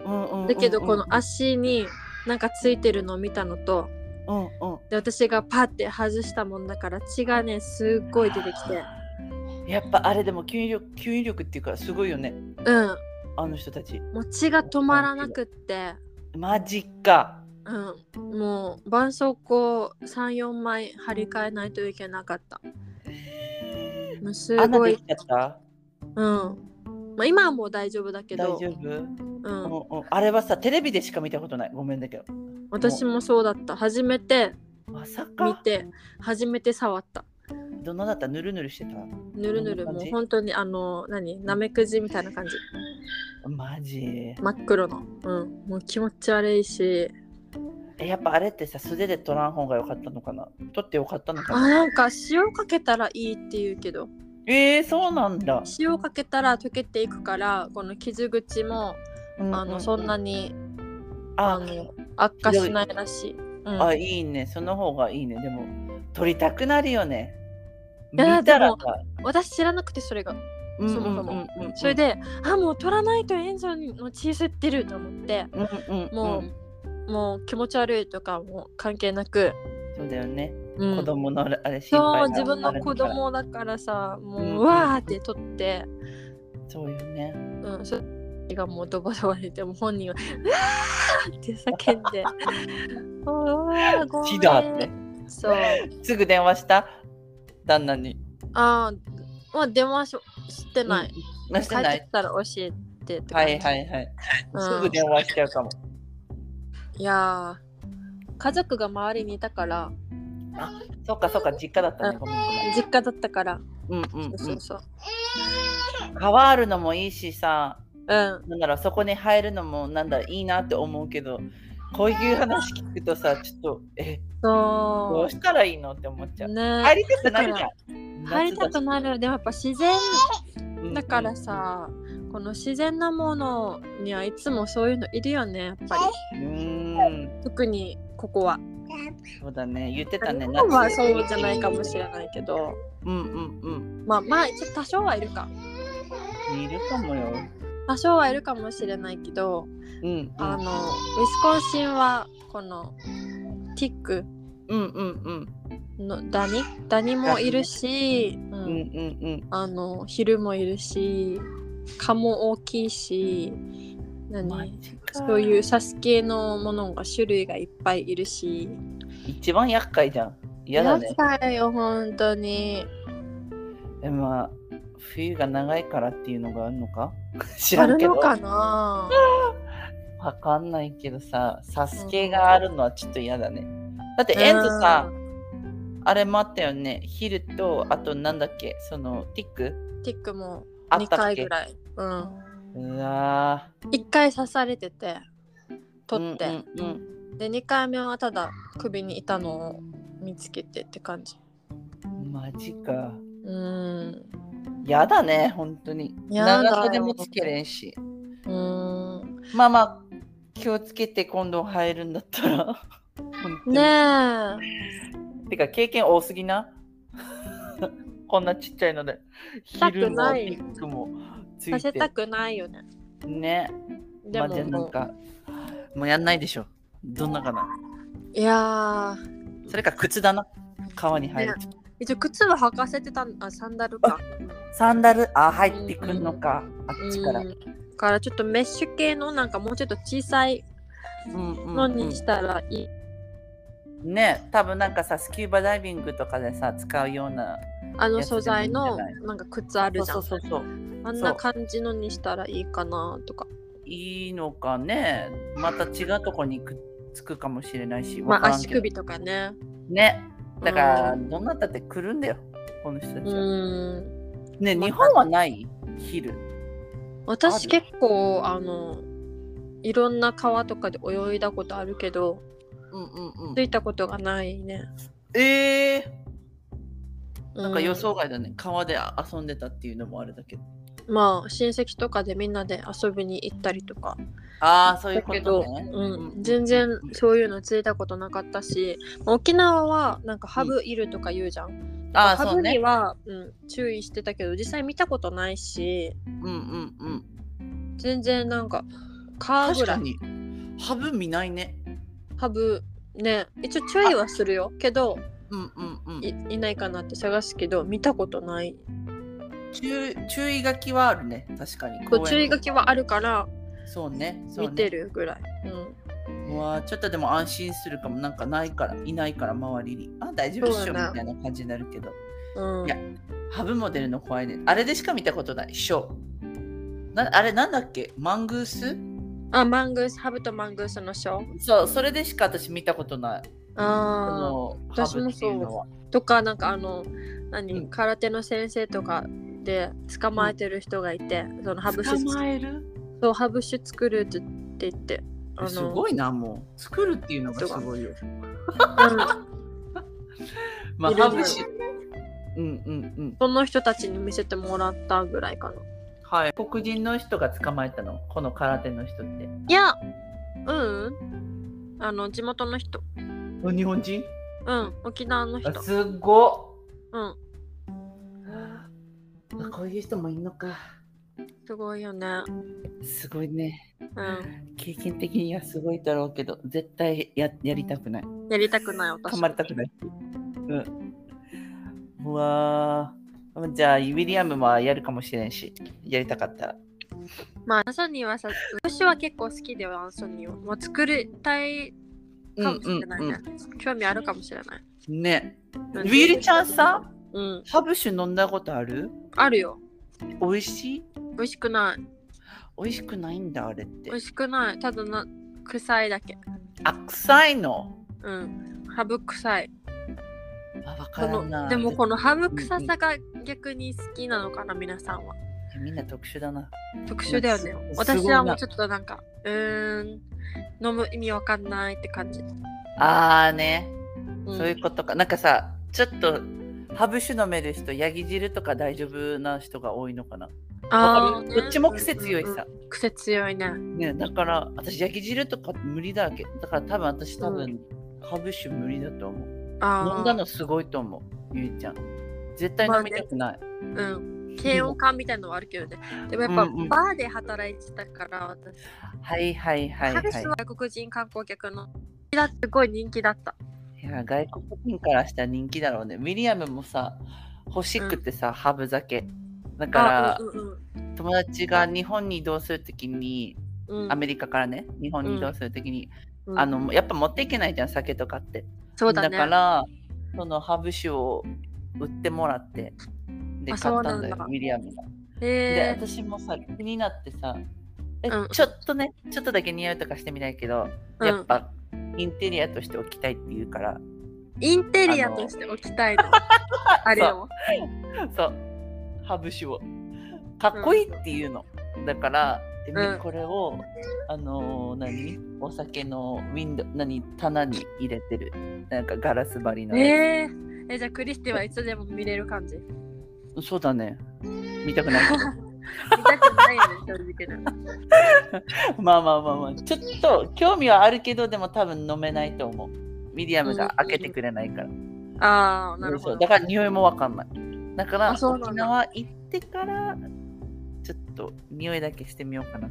Speaker 2: うんうんうん
Speaker 1: だけどこの足になんかついてるのを見たのと
Speaker 2: うんう
Speaker 1: で私がパッて外したもんだから血がねすっごい出てきて
Speaker 2: んやっぱあれでも吸引力吸引力っていうかすごいよね
Speaker 1: うん
Speaker 2: あの人たち
Speaker 1: もう血が止まらなくって、
Speaker 2: マジか。
Speaker 1: うん、もう絆創膏34枚張り替えないといけなかったもうす
Speaker 2: 穴
Speaker 1: ご
Speaker 2: で
Speaker 1: い
Speaker 2: き、ちゃった
Speaker 1: うんまあ、今はもう大丈夫だけ
Speaker 2: 大
Speaker 1: どう
Speaker 2: 丈夫、、
Speaker 1: ん、
Speaker 2: うんうんあれはさ、テレビでしか見たことない。ごめんだけど。
Speaker 1: 私もそうだった初めて
Speaker 2: まさ
Speaker 1: 見
Speaker 2: か。
Speaker 1: て初めて触った
Speaker 2: どのだったぬるぬるして
Speaker 1: ぬるぬる
Speaker 2: ど
Speaker 1: も
Speaker 2: んな感
Speaker 1: う
Speaker 2: じ
Speaker 1: 本当にあの何なめくじみたいな感じ
Speaker 2: たマジ。
Speaker 1: 真っ黒の、うん、もう気持ち悪いし
Speaker 2: えやっぱあれってさ、素手で取らん方が良かったのかな取って良かったの
Speaker 1: あ
Speaker 2: かな
Speaker 1: なんか塩かけたらいいって言うけど
Speaker 2: えー、そうなんだ。
Speaker 1: 塩かけたら溶けていくからこの傷口もあのそんな
Speaker 2: に。
Speaker 1: にあ
Speaker 2: あ、
Speaker 1: の悪化しないらしい。うん
Speaker 2: あ、いいね。その方がいいね。でも、取りたくなるよね。見
Speaker 1: や
Speaker 2: たらさ
Speaker 1: で、私知らなくてそれが
Speaker 2: うんうん
Speaker 1: そもそも
Speaker 2: うんうんうん
Speaker 1: それ、であもう取らないと炎上の血吸ってると思って
Speaker 2: うんうんうん
Speaker 1: ももう気持ち悪いとかも関係なく、
Speaker 2: そうだよね。
Speaker 1: うん
Speaker 2: 子供のあれ心配
Speaker 1: そう
Speaker 2: な
Speaker 1: 自分
Speaker 2: あ
Speaker 1: の
Speaker 2: れだ
Speaker 1: 子
Speaker 2: から
Speaker 1: 供だからさもう、
Speaker 2: うん
Speaker 1: うわーって取って、
Speaker 2: そうよね。
Speaker 1: うん、それがもうドバドバ出てもう本人は「うわー!」って叫ん
Speaker 2: [LAUGHS]
Speaker 1: で「うわーごめん
Speaker 2: 血だって。
Speaker 1: そう
Speaker 2: すぐ電話した旦那に。
Speaker 1: ああまあ電話ししてない、
Speaker 2: うんしてな
Speaker 1: 帰って
Speaker 2: い。
Speaker 1: きたら教えてって
Speaker 2: は
Speaker 1: 感じ
Speaker 2: いはいはい。
Speaker 1: うん
Speaker 2: すぐ電話しちゃうかも。
Speaker 1: いやー家族が周りにいたから
Speaker 2: そっかそっか、実家だった
Speaker 1: う
Speaker 2: ね。
Speaker 1: ん
Speaker 2: ごめんごめん
Speaker 1: 実家だったから、
Speaker 2: うんうん
Speaker 1: そううんそうそう
Speaker 2: 変わるのもいいしさ、
Speaker 1: うん
Speaker 2: なんだろう、そこに入るのもなんだろういいなって思うけど、こういう話聞くとさ、ちょっと、え、ど
Speaker 1: そう
Speaker 2: したらいいのって思っちゃ
Speaker 1: う
Speaker 2: う。
Speaker 1: ね
Speaker 2: 入りたくなるじゃん。
Speaker 1: 入りたく
Speaker 2: 夏
Speaker 1: なるでもやっぱ自然
Speaker 2: だ
Speaker 1: だ
Speaker 2: し
Speaker 1: か。
Speaker 2: う
Speaker 1: ら
Speaker 2: ん
Speaker 1: さ、この自然なものにはいつもそういうのいるよねやっぱ
Speaker 2: うーん、
Speaker 1: り特にここは
Speaker 2: そうだね。言ってたね。
Speaker 1: 日本
Speaker 2: 夏
Speaker 1: はそうじゃないかもしれないけど
Speaker 2: うんうん
Speaker 1: まあまあちょっと多少はいるか
Speaker 2: うん。いるかもよ。
Speaker 1: 多少はいるかもしれないけど
Speaker 2: うんうん。
Speaker 1: あのウィスコンシンはこのティック
Speaker 2: うんうんうん。
Speaker 1: のダニダニもいるし、う
Speaker 2: うんうん
Speaker 1: ん、
Speaker 2: うん。
Speaker 1: あの昼もいるし蚊も大きいし
Speaker 2: マ
Speaker 1: 何
Speaker 2: ジか
Speaker 1: そういうサス系のものが種類がいっぱいいるし
Speaker 2: 一番厄介じゃん嫌だね
Speaker 1: やだよ本当に
Speaker 2: でもまあ冬が長いからっていうのがあるのか [LAUGHS] 知
Speaker 1: あ
Speaker 2: らん
Speaker 1: る
Speaker 2: けど
Speaker 1: のかな
Speaker 2: わかんないけどさサスケがあるのはちょっと嫌だねだってエンズさあれもあったよねヒルとあとなんだっけそのティック
Speaker 1: ティックも
Speaker 2: あ
Speaker 1: 2
Speaker 2: ったっ
Speaker 1: 回
Speaker 2: け
Speaker 1: ぐらい、うん、
Speaker 2: うわ
Speaker 1: 1回刺されてて
Speaker 2: ー
Speaker 1: 取って、
Speaker 2: うんうん
Speaker 1: で2回目はただ首にいたのを見つけてって感じ
Speaker 2: うんマジか
Speaker 1: うん
Speaker 2: 嫌だね本当に
Speaker 1: やだよ
Speaker 2: 長袖もつけれんし
Speaker 1: うん
Speaker 2: まあまあ気をつけて今度入るんだったら本当に
Speaker 1: ねえ
Speaker 2: てか経験多すぎな [LAUGHS] こんなちっちゃいので
Speaker 1: したく
Speaker 2: 昼も
Speaker 1: な
Speaker 2: ピ
Speaker 1: い
Speaker 2: ックもつ
Speaker 1: させ
Speaker 2: い
Speaker 1: た
Speaker 2: て
Speaker 1: くないよね。
Speaker 2: ね
Speaker 1: で
Speaker 2: まあ、
Speaker 1: も
Speaker 2: じゃあな
Speaker 1: も
Speaker 2: ん
Speaker 1: う、
Speaker 2: かもうやんないでしょどんなかない
Speaker 1: やー、
Speaker 2: それか靴だな川に入る
Speaker 1: 一応靴は履かせてたんあサンダルか。
Speaker 2: サンダルあ入ってくんのかあ
Speaker 1: う
Speaker 2: っちから
Speaker 1: ん。からちょっとメッシュ系のなんかもうちょっと小さい
Speaker 2: うんうんうん
Speaker 1: のにしたらいい。
Speaker 2: ね多分なんかさスキューバダイビングとかでさ使うような
Speaker 1: あの
Speaker 2: やつでも
Speaker 1: 素材の
Speaker 2: いいんじゃ
Speaker 1: なんか靴あるじゃ。
Speaker 2: そうんそうそう
Speaker 1: あんな感じのにしたらいいかなとか。
Speaker 2: いいのかねまた違うとこにくっつくかもしれないし、
Speaker 1: ま
Speaker 2: わ
Speaker 1: あ
Speaker 2: からん
Speaker 1: 足
Speaker 2: けど
Speaker 1: 首とかね。
Speaker 2: ねだから、
Speaker 1: う
Speaker 2: どんなったって来るんだよこの人たち
Speaker 1: う
Speaker 2: は、
Speaker 1: ん。
Speaker 2: ね日本はない昼
Speaker 1: 私
Speaker 2: ある
Speaker 1: 結構あのいろんな川とかで泳いだことあるけど、
Speaker 2: うんうん
Speaker 1: ついたことがないね。
Speaker 2: ええ
Speaker 1: な
Speaker 2: なんか予想外だね川で遊んでたっていうのもあれだけど
Speaker 1: まあ親戚とかでみんなで遊びに行ったりとか
Speaker 2: ああそういう
Speaker 1: だ
Speaker 2: こ
Speaker 1: け
Speaker 2: と
Speaker 1: ど、
Speaker 2: ね
Speaker 1: うん、全然そういうのついたことなかったし沖縄はなんかハブいるとか言うじゃん、
Speaker 2: ああ
Speaker 1: ハ
Speaker 2: そう
Speaker 1: ブに
Speaker 2: ね
Speaker 1: はう、ん、注意してたけど実際見たことないし
Speaker 2: うんうんうん
Speaker 1: 全然なんかカー
Speaker 2: 確
Speaker 1: ぐ
Speaker 2: から
Speaker 1: い
Speaker 2: にハブ見ないね
Speaker 1: ハブね一応注意はするよけど
Speaker 2: うんうんうん
Speaker 1: いいないかなって探すけど見たことない
Speaker 2: 注注意書きはあるね確かに
Speaker 1: こう注意書
Speaker 2: き
Speaker 1: きはあるから
Speaker 2: そうねそうね
Speaker 1: 見てるぐらいうん
Speaker 2: うわーちょっとでも安心するかもなんかないからいないから周りにあ大丈夫っし
Speaker 1: そ
Speaker 2: ょ
Speaker 1: う
Speaker 2: み
Speaker 1: だ
Speaker 2: た
Speaker 1: ない
Speaker 2: な感じになるけど
Speaker 1: うん
Speaker 2: いやハブモデルの怖いねあれでしか見たことないショーなあれなんだっけマングース
Speaker 1: あマングースハブとマングースのショー
Speaker 2: そうそれでしか私見たことないそ
Speaker 1: ああ
Speaker 2: のハ
Speaker 1: 私
Speaker 2: ブ
Speaker 1: も
Speaker 2: っていうのは
Speaker 1: とかなんかあの何、
Speaker 2: うん
Speaker 1: 空手の先生とかで捕まえてる人がいて、そのハブ酒
Speaker 2: 捕まえる
Speaker 1: そうハブ酒作るって言ってあの
Speaker 2: すごいなもう作るっていうのがすごいよ
Speaker 1: うん
Speaker 2: まあ
Speaker 1: いる
Speaker 2: ハ
Speaker 1: の
Speaker 2: ブ
Speaker 1: よ
Speaker 2: 酒うんうんうん
Speaker 1: その人たちに見せてもらったぐらいかな
Speaker 2: はい黒人の人が捕まえたのこの空手の人って
Speaker 1: いやうんあの地元の人
Speaker 2: お日本人
Speaker 1: うん沖縄の人
Speaker 2: あすごっ
Speaker 1: うん
Speaker 2: こういう人もいるのか。
Speaker 1: すごいよね
Speaker 2: すごいね。
Speaker 1: うん
Speaker 2: 経験的にはすごいだろうけど、絶対ややりたくない。
Speaker 1: やりたくない私
Speaker 2: 噛まれたくない。うん。うわーじゃあ、ウィリアムもやるかもしれんし、やりたかったら。
Speaker 1: まあアンソニーはさ私は結構好きだよアンソニーはもう作りたいかもしれないね、興味あるかもしれない
Speaker 2: うん。ね。ウ
Speaker 1: ウ
Speaker 2: ィリちゃんさ、
Speaker 1: うん
Speaker 2: ハブ酒飲んだことある
Speaker 1: あるよ
Speaker 2: 美味しい
Speaker 1: 美味しくない
Speaker 2: 美味しくないんだ、あれって
Speaker 1: 美。味しくないただな臭いだけ
Speaker 2: あ、臭いの。
Speaker 1: うんハブ臭い
Speaker 2: あ、わか
Speaker 1: こ
Speaker 2: らんな
Speaker 1: の
Speaker 2: い。
Speaker 1: でもこのハブ臭さが逆に好きなのかな皆さんは
Speaker 2: みんな特殊だな。
Speaker 1: 特殊だよね
Speaker 2: うんすすごいな
Speaker 1: 私はもうちょっとなんかうーん飲む意味わかんないって感じ、
Speaker 2: あーね。
Speaker 1: うん
Speaker 2: そういうことか。なんかさ、ちょっとハブ酒飲める人、ヤギ汁とか大丈夫な人が多いのかな。
Speaker 1: あ
Speaker 2: わか
Speaker 1: ー
Speaker 2: るどっちも癖強いさ。
Speaker 1: うんうん癖強いね
Speaker 2: ね、だから、私、ヤギ汁とか無理だわけ。だから多分私、多分、
Speaker 1: う
Speaker 2: ハブ酒無理だと思う。
Speaker 1: あー
Speaker 2: 飲んだのすごいと思う、ゆいちゃん。絶対飲みたくない。
Speaker 1: うん嫌悪感みたいなのはあるけどねでもやっぱ
Speaker 2: うんうん
Speaker 1: バーで働いてたから私
Speaker 2: はいはいはいは
Speaker 1: 彼
Speaker 2: い。
Speaker 1: 氏は外国人観光客のすごい人気だった
Speaker 2: いや外国人からしたら人気だろうね。ウィリアムもさ、欲しくてさ、ハブ酒。だから、
Speaker 1: あうんうん
Speaker 2: 友達が日本に移動するときに、
Speaker 1: うんうん
Speaker 2: アメリカからね、日本に移動するときに、
Speaker 1: うん
Speaker 2: あのやっぱ持っていけないじゃん酒とかって
Speaker 1: そうだね
Speaker 2: からそのハブ酒を売ってもらってで
Speaker 1: あ
Speaker 2: 買ったん
Speaker 1: そう
Speaker 2: だ
Speaker 1: な
Speaker 2: よ
Speaker 1: んだ
Speaker 2: ウィリアムが、で
Speaker 1: へえ
Speaker 2: 私もさ気になってさえ、
Speaker 1: うん
Speaker 2: ちょっとねちょっとだけ匂いとかしてみたいけど、
Speaker 1: うん
Speaker 2: やっぱインテリアとして置きたいっていうから
Speaker 1: インテリアとして置きたいのあれを
Speaker 2: そうハブ酒をかっこいいっていうの、だから、で
Speaker 1: うん
Speaker 2: これをあのー何お酒のウィンド何棚に入れてるなんかガラス張りのやつ
Speaker 1: えー、えじゃあクリスティはいつでも見れる感じ見
Speaker 2: そうだね。見たくないけ [LAUGHS]
Speaker 1: たくないよね正直な
Speaker 2: ど。まあまあまあまあ。ちょっと興味はあるけど、でも多分飲めないと思う。ミディアムが開けてくれないから。
Speaker 1: ああ、なるほ
Speaker 2: そう
Speaker 1: ど。
Speaker 2: だから匂いもわかんない。だから
Speaker 1: あそうなんだ
Speaker 2: 沖縄行ってからちょっと匂いだけしてみようかな。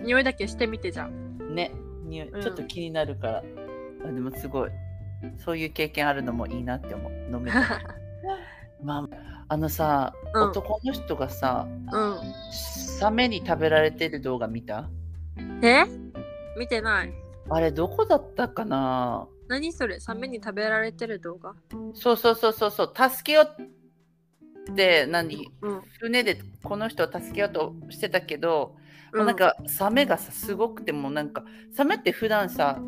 Speaker 1: 匂いだけしてみてじゃん。
Speaker 2: ね、匂い
Speaker 1: うん
Speaker 2: ちょっと気になるから。あでもすごい。そういう経験あるのもいいなって思う。飲 [LAUGHS] めるまあ、あのさ、
Speaker 1: うん
Speaker 2: 男の人がさ、
Speaker 1: う
Speaker 2: サメに食べられてる動画見た
Speaker 1: ん。え見てない。
Speaker 2: あれどこだったかな
Speaker 1: 何それサメに食べられてる動画
Speaker 2: そうそうそうそうそう助けようって何
Speaker 1: うん。
Speaker 2: 船でこの人を助けようとしてたけど、
Speaker 1: う
Speaker 2: なん、かサメがさすごくてもうなんかサメって普段さ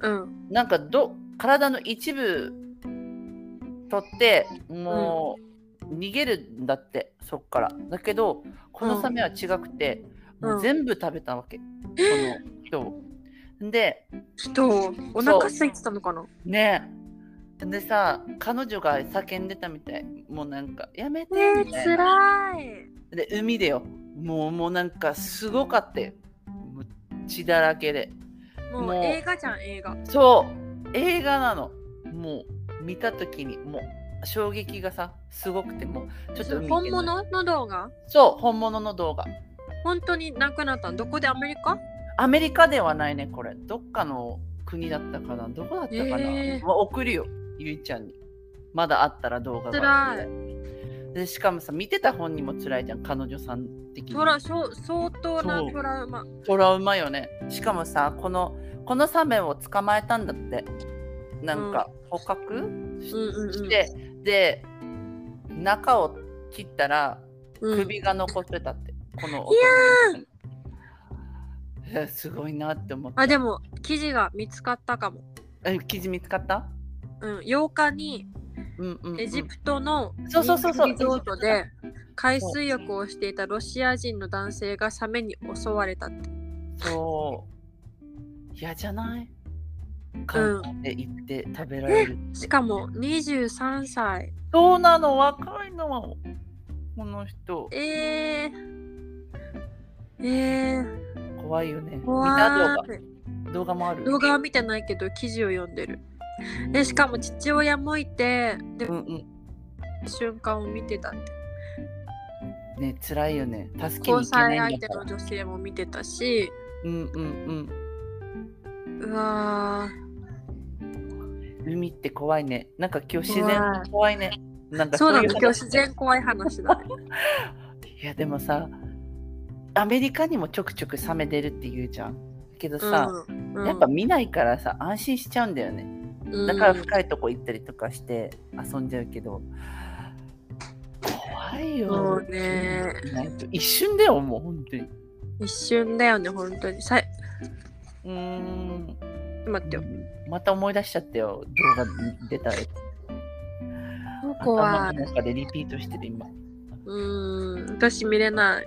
Speaker 1: うん。
Speaker 2: なんかど体の一部取ってもう逃げるんだってそっからだけどこのサメは違くて、
Speaker 1: うん
Speaker 2: もう全部食べたわけ、この人を。で
Speaker 1: 人をお腹空いてたのかな
Speaker 2: ねえでさ彼女が叫んでたみたいもうなんか「やめて」みたいな。
Speaker 1: らい。
Speaker 2: で海でよもうもうなんかすごかったよもう血だらけで
Speaker 1: もう
Speaker 2: もう
Speaker 1: 映画じゃん、映画。
Speaker 2: そう映画なのもう見た時にもう衝撃がさすごくてもうちょっと海行
Speaker 1: 本
Speaker 2: けない
Speaker 1: 物の動画
Speaker 2: そう本物の動画
Speaker 1: 本当になくなったのどこでアメリカ
Speaker 2: アメリカではないねこれどっかの国だったかなどこだったかな、
Speaker 1: えー
Speaker 2: まあ送るよゆいちゃんにまだあったら動画が
Speaker 1: 辛い
Speaker 2: でしかもさ見てた本人も辛いじゃん彼女さん的に
Speaker 1: トラしょ相当なトラウマ。
Speaker 2: トラウマよねしかもさこのこのサメを捕まえたんだってなんか捕獲し,、
Speaker 1: うんうんうん
Speaker 2: てで中を切ったら
Speaker 1: うん
Speaker 2: 首が残ってたって、このいやすごいなって思った
Speaker 1: あ、でも、記事が見つかったかも。
Speaker 2: え記事見つかった
Speaker 1: うん、8日に
Speaker 2: うんうん、うん、
Speaker 1: エジプトの
Speaker 2: そうそうそうそう
Speaker 1: 人気リゾートで海水浴をしていたロシア人の男性がサメに襲われたって。
Speaker 2: そう嫌じゃない韓国で行って食べられる、
Speaker 1: しかも23歳。
Speaker 2: そうなの若いのこの人
Speaker 1: えー、えー、
Speaker 2: 怖いよね
Speaker 1: 怖
Speaker 2: みんな動
Speaker 1: い。
Speaker 2: 画動画もある
Speaker 1: 動画は見てないけど記事を読んでる。でしかも父親もいてで
Speaker 2: うんうん
Speaker 1: 瞬間を見てたって
Speaker 2: ね辛いよね助け
Speaker 1: 交
Speaker 2: に行け
Speaker 1: 際
Speaker 2: ない
Speaker 1: 相
Speaker 2: んだ
Speaker 1: 手
Speaker 2: か
Speaker 1: の
Speaker 2: ら
Speaker 1: 女性も見てたし
Speaker 2: うんうん
Speaker 1: うわ
Speaker 2: うん海って怖いねなんか今日自
Speaker 1: 怖
Speaker 2: 然
Speaker 1: い
Speaker 2: 怖いねなん
Speaker 1: ー
Speaker 2: か
Speaker 1: そうだね
Speaker 2: い
Speaker 1: 今
Speaker 2: 話
Speaker 1: 日自然怖い話だね
Speaker 2: いやでもさアメリカにもちょくちょくサメ出るって言うじゃんけどさ、
Speaker 1: うんうん
Speaker 2: やっぱ見ないからさ安心しちゃうんだよねだから深いとこ行ったりとかして遊んじゃうけど、怖いよ
Speaker 1: そうね
Speaker 2: ないと一瞬だよもう本当に
Speaker 1: 一瞬だよね本当にさいう
Speaker 2: ーん
Speaker 1: 待ってよ
Speaker 2: また思い出しちゃったよ動画出たら
Speaker 1: 怖
Speaker 2: 頭
Speaker 1: い
Speaker 2: の中でリピートしてる今、
Speaker 1: うん私見れない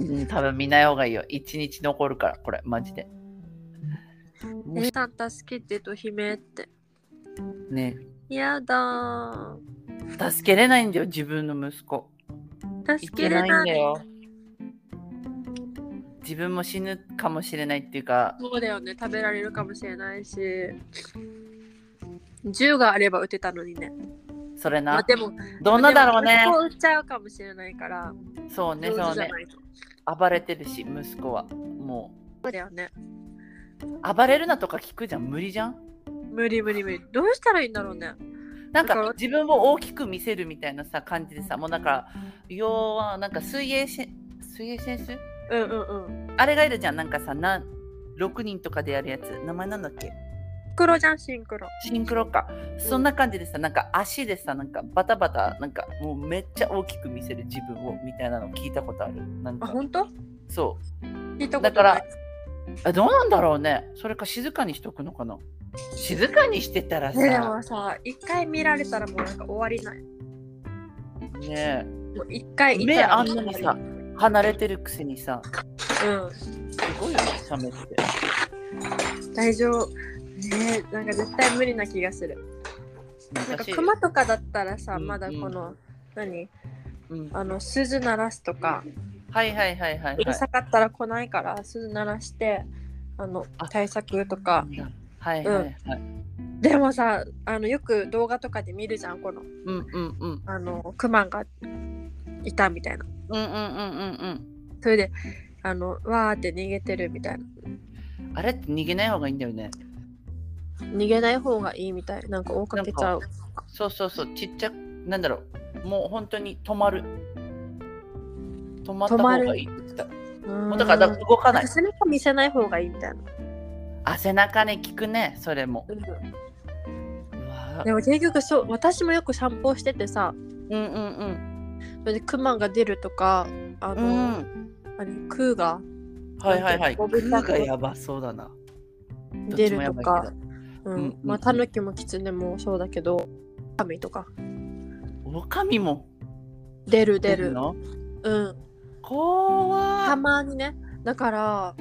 Speaker 2: うん、多分見ない方がいいよ一日残るからこれマジでもし
Speaker 1: えさん助けてと悲鳴って
Speaker 2: ね
Speaker 1: やだー
Speaker 2: 助けれないんだよ自分の息子い
Speaker 1: 助け
Speaker 2: け
Speaker 1: れ
Speaker 2: ない
Speaker 1: ない
Speaker 2: んだよ自分も死ぬかもしれないっていうか
Speaker 1: そうだよね食べられるかもしれないし銃があれば撃てたのにね
Speaker 2: それ
Speaker 1: まあ
Speaker 2: な
Speaker 1: でも
Speaker 2: どんなだろうね
Speaker 1: でも息子を撃っちゃうかもしれないから、
Speaker 2: そうね
Speaker 1: 上
Speaker 2: そ
Speaker 1: 手
Speaker 2: う
Speaker 1: じゃ
Speaker 2: ね
Speaker 1: ないと。
Speaker 2: 暴れてるし息子はも
Speaker 1: そうだよね。
Speaker 2: う暴れるなとか聞くじゃん無理じゃん
Speaker 1: 無理無理無理。どうしたらいいんだろうね。
Speaker 2: な
Speaker 1: だ
Speaker 2: ん
Speaker 1: か
Speaker 2: から自分を大きく見せるみたいなさ感じでさもうなんか要はなんか水泳し水泳選手
Speaker 1: うんうんうん。
Speaker 2: あれがいるじゃんなんかさなん6人とかでやるやつ名前なんだっけ
Speaker 1: シンクロじゃん、シンクロ。
Speaker 2: シンクロかそんな感じでさなんか足でさなんかバタバタなんかもうめっちゃ大きく見せる自分をみたいなの聞いたことあるなん
Speaker 1: あ、
Speaker 2: か
Speaker 1: 本当
Speaker 2: そう
Speaker 1: 聞いたことない
Speaker 2: だから。あどうなんだろうねそれか静かにしとくのかな静かにしてたらさ
Speaker 1: ねでもさ、一回見られたらもうなんか終わりない。
Speaker 2: ね
Speaker 1: もう一回いた
Speaker 2: 目
Speaker 1: ら
Speaker 2: あんなにさ離れてるくせにさ
Speaker 1: う
Speaker 2: すごいよねサメって
Speaker 1: ん。大丈夫。ねなんか絶対無理な気がする。なんか
Speaker 2: 昔
Speaker 1: 熊とかだったらさ、
Speaker 2: うん
Speaker 1: まだこの、何
Speaker 2: うん
Speaker 1: あの、鈴鳴らすとか、
Speaker 2: はいはいはいはいうは
Speaker 1: る
Speaker 2: い
Speaker 1: さかったら来ないから、鈴鳴らして、あの
Speaker 2: あ、
Speaker 1: 対策とか。
Speaker 2: はいはいはい
Speaker 1: でもさあのよく動画とかで見るじゃんこの
Speaker 2: うんうんうん
Speaker 1: あのクマがいたみたいな
Speaker 2: うんうんうん
Speaker 1: それであのわーって逃げてるみたいな
Speaker 2: うんあれって逃げない方がいいんだよね
Speaker 1: 逃げない方がいいみたいなんか追いかけちゃう
Speaker 2: そうそうそうちっちゃくなんだろうもう本当に止まる止まった方がいいって言ってたもうだからだ動かない
Speaker 1: 背中見せない方がいいみたいな、
Speaker 2: あ背中ね効くねそれもうわ
Speaker 1: でも結局そう私もよく散歩しててさ
Speaker 2: うんうんうん
Speaker 1: それでクマが出るとかあ
Speaker 2: う
Speaker 1: の、
Speaker 2: ん
Speaker 1: あれクーが
Speaker 2: はいはいはい
Speaker 1: なんていう
Speaker 2: 空
Speaker 1: の
Speaker 2: がやばそうだなどっ
Speaker 1: 出
Speaker 2: ちも
Speaker 1: る
Speaker 2: や
Speaker 1: と
Speaker 2: ばいけど
Speaker 1: かうん
Speaker 2: うん
Speaker 1: まあタヌキもキツネもそうだけど神とか
Speaker 2: 狼も
Speaker 1: 出る出
Speaker 2: 出
Speaker 1: る
Speaker 2: るの
Speaker 1: うん
Speaker 2: [LAUGHS] 怖
Speaker 1: た
Speaker 2: い
Speaker 1: まにねだから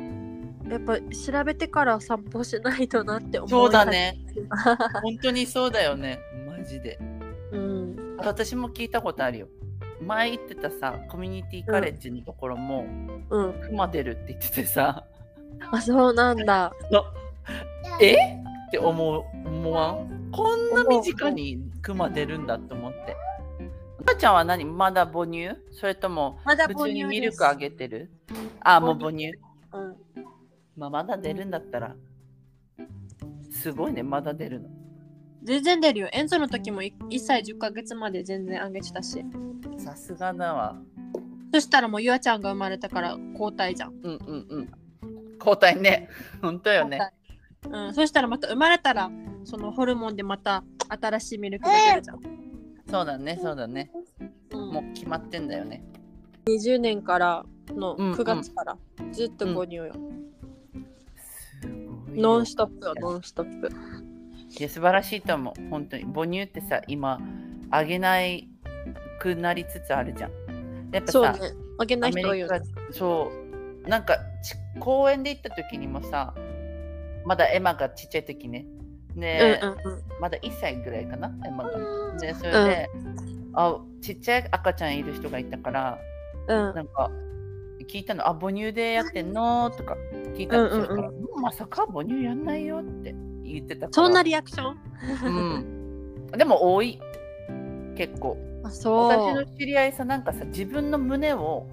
Speaker 1: やっぱ調べてから散歩しないとなって思
Speaker 2: そうだね本当にそうだよねマジで
Speaker 1: うん
Speaker 2: 私も聞いたことあるよ前行ってたさコミュニティカレッジのところも、
Speaker 1: うん
Speaker 2: クマ出るって言っててさ
Speaker 1: あそうなんだ
Speaker 2: えって思う思わんこんな身近にクマ出るんだと思って赤ちゃんは何まだ母乳それとも
Speaker 1: まだ
Speaker 2: 普通にミルクあげてるあもう母乳、
Speaker 1: うん、
Speaker 2: まあ、まだ出るんだったらすごいねまだ出るの
Speaker 1: 全然出るよエンゾの時もい1歳10ヶ月まで全然あげてたし
Speaker 2: さすがだわ
Speaker 1: そしたらもうゆあちゃんが生まれたから交代じゃん、
Speaker 2: うんうんうん交代ね本当よね
Speaker 1: 交代うん、そしたらまた生まれたらそのホルモンでまた新しいミルクが出るじゃん、
Speaker 2: そうだねそうだね
Speaker 1: うん
Speaker 2: もう決まってんだよね
Speaker 1: 20年からの
Speaker 2: うんうん
Speaker 1: 9月からずっと母乳よ、
Speaker 2: すごい
Speaker 1: ノ
Speaker 2: よ
Speaker 1: ンストップはノンストップ
Speaker 2: いや素晴らしいと思う本当に母乳ってさ今あげないくなりつつあるじゃんやっぱさ
Speaker 1: そうねあげない人多いよね
Speaker 2: そうなんかち公園で行った時にもさまだエマがちっちゃい時ねね、
Speaker 1: うんうんうん
Speaker 2: まだ1歳ぐらいかなエマがねそれで、あちっちゃい赤ちゃんいる人がいたから
Speaker 1: うん
Speaker 2: なんか聞いたの「あ母乳でやってんの?」とか聞いたの、
Speaker 1: うんうんうん
Speaker 2: それからうんまさか母乳やんないよ」って言ってたから
Speaker 1: そんなリアクション
Speaker 2: うん、 [LAUGHS] でも多い結構
Speaker 1: あ
Speaker 2: 私
Speaker 1: そ
Speaker 2: の
Speaker 1: う、
Speaker 2: 知り合いさなんかさ自分の胸を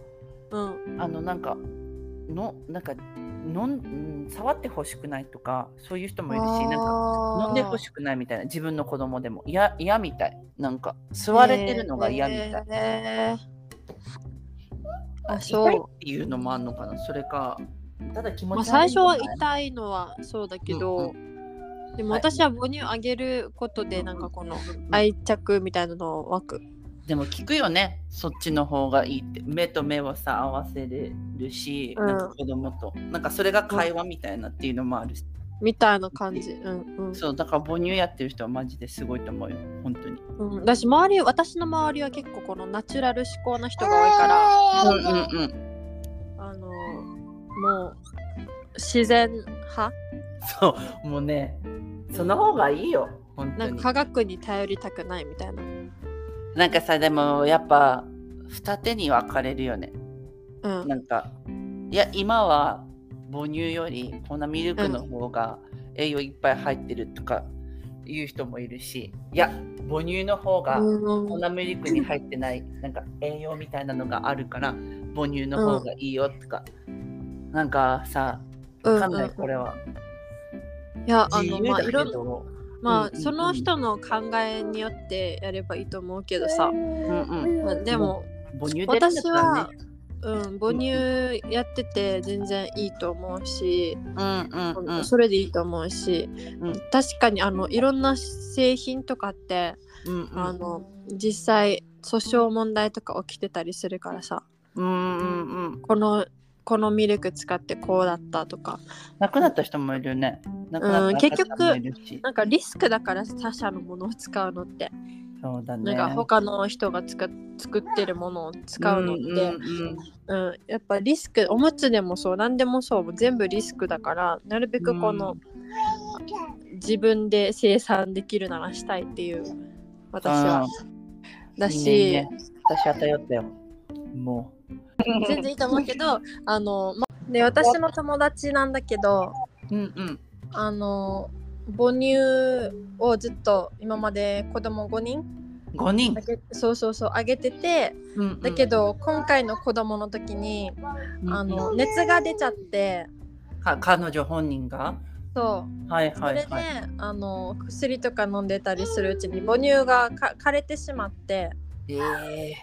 Speaker 1: うん、
Speaker 2: あのなんかのなんかのんうん触ってほしくないとかそういう人もいるしなんか
Speaker 1: か
Speaker 2: 飲んでほ
Speaker 1: い
Speaker 2: しくないみたいな自分の子供でもいや嫌みたいなんか吸われてるのが嫌みたい、
Speaker 1: い、えーあ
Speaker 2: 痛いっ
Speaker 1: そ
Speaker 2: ていうのもあるのかなそれかただ気
Speaker 1: う、
Speaker 2: 持ち
Speaker 1: まあ、最
Speaker 2: 悪い
Speaker 1: 初は
Speaker 2: のかな
Speaker 1: 痛いのはそうだけど、
Speaker 2: うん
Speaker 1: でも私は母乳あげることでなんかこの愛着みたいなのを湧く
Speaker 2: でも聞くよねそっちの方がいいって目と目をさ合わせれるし、
Speaker 1: うん
Speaker 2: なんか子供となんかそれが会話みたいなっていうのもあるし、
Speaker 1: みたいな感じ、うん
Speaker 2: そうだから母乳やってる人はマジですごいと思うよ本当に
Speaker 1: うんうん、だし周り私の周りは結構このナチュラル思考な人が多いから
Speaker 2: うんうんうん
Speaker 1: あのもう自然派
Speaker 2: そうもうねその方がいいよ本当
Speaker 1: な
Speaker 2: に
Speaker 1: ん
Speaker 2: な
Speaker 1: か科
Speaker 2: んか
Speaker 1: 学に頼りたくないみたいな
Speaker 2: さでもやっぱ二手に分かれるよね
Speaker 1: うん
Speaker 2: なんかいや今は母乳よりこんなミルクの方が栄養いっぱい入ってるとかいう人もいるしいや母乳の方が
Speaker 1: う
Speaker 2: 粉
Speaker 1: ん
Speaker 2: ミルクに入ってないなんか栄養みたいなのがあるから母乳の方がいいよとか、なんかさ
Speaker 1: うん
Speaker 2: わかんない
Speaker 1: うん
Speaker 2: これは、
Speaker 1: いやあ
Speaker 2: 自
Speaker 1: の
Speaker 2: 由
Speaker 1: まあ
Speaker 2: だけ
Speaker 1: いろんな
Speaker 2: ど、うん
Speaker 1: ま
Speaker 2: うんう
Speaker 1: あ
Speaker 2: ん
Speaker 1: その人の考えによってやればいいと思うけどさ、
Speaker 2: うんうん、
Speaker 1: まあでも
Speaker 2: 母乳出るんだっ
Speaker 1: 私
Speaker 2: た
Speaker 1: は
Speaker 2: らね、
Speaker 1: うん、母乳やってて全然いいと思うし、
Speaker 2: うんうんうん
Speaker 1: それでいいと思うし、
Speaker 2: うん
Speaker 1: 確かにあのいろんな製品とかって、
Speaker 2: うん
Speaker 1: あの実際訴訟問題とか起きてたりするからさ
Speaker 2: うんうんうん
Speaker 1: このこのミルク使ってこうだったとか
Speaker 2: 亡くなった人もいるよね亡くなった赤ちゃんもいるし、
Speaker 1: なんかリスクだから他社のものを使うのって、
Speaker 2: そうだ
Speaker 1: な
Speaker 2: ね
Speaker 1: んか他の人がつか作ってるものを使うのって、
Speaker 2: うんうん
Speaker 1: うん、やっぱリスクおむつでもそう何でもそう全部リスクだからなるべくこの、自分で生産できるならしたいっていう私はだし
Speaker 2: いいねいいね私は頼ったよも
Speaker 1: 全然いいと思うけ
Speaker 2: [LAUGHS]
Speaker 1: どあの、ま、で私の友達なんだけど
Speaker 2: ううんうん
Speaker 1: あの母乳をずっと今まで子供5人
Speaker 2: 5人
Speaker 1: あ、げそうそうそうあげてて
Speaker 2: うんうん
Speaker 1: だけ、ど今回の子供の時に
Speaker 2: うんうん
Speaker 1: あの熱が出ちゃって
Speaker 2: か彼女本人が
Speaker 1: そう
Speaker 2: はい
Speaker 1: そ
Speaker 2: は
Speaker 1: れで、
Speaker 2: いはい、
Speaker 1: あの薬とか飲んでたりするうちに母乳がか枯れてしまって
Speaker 2: え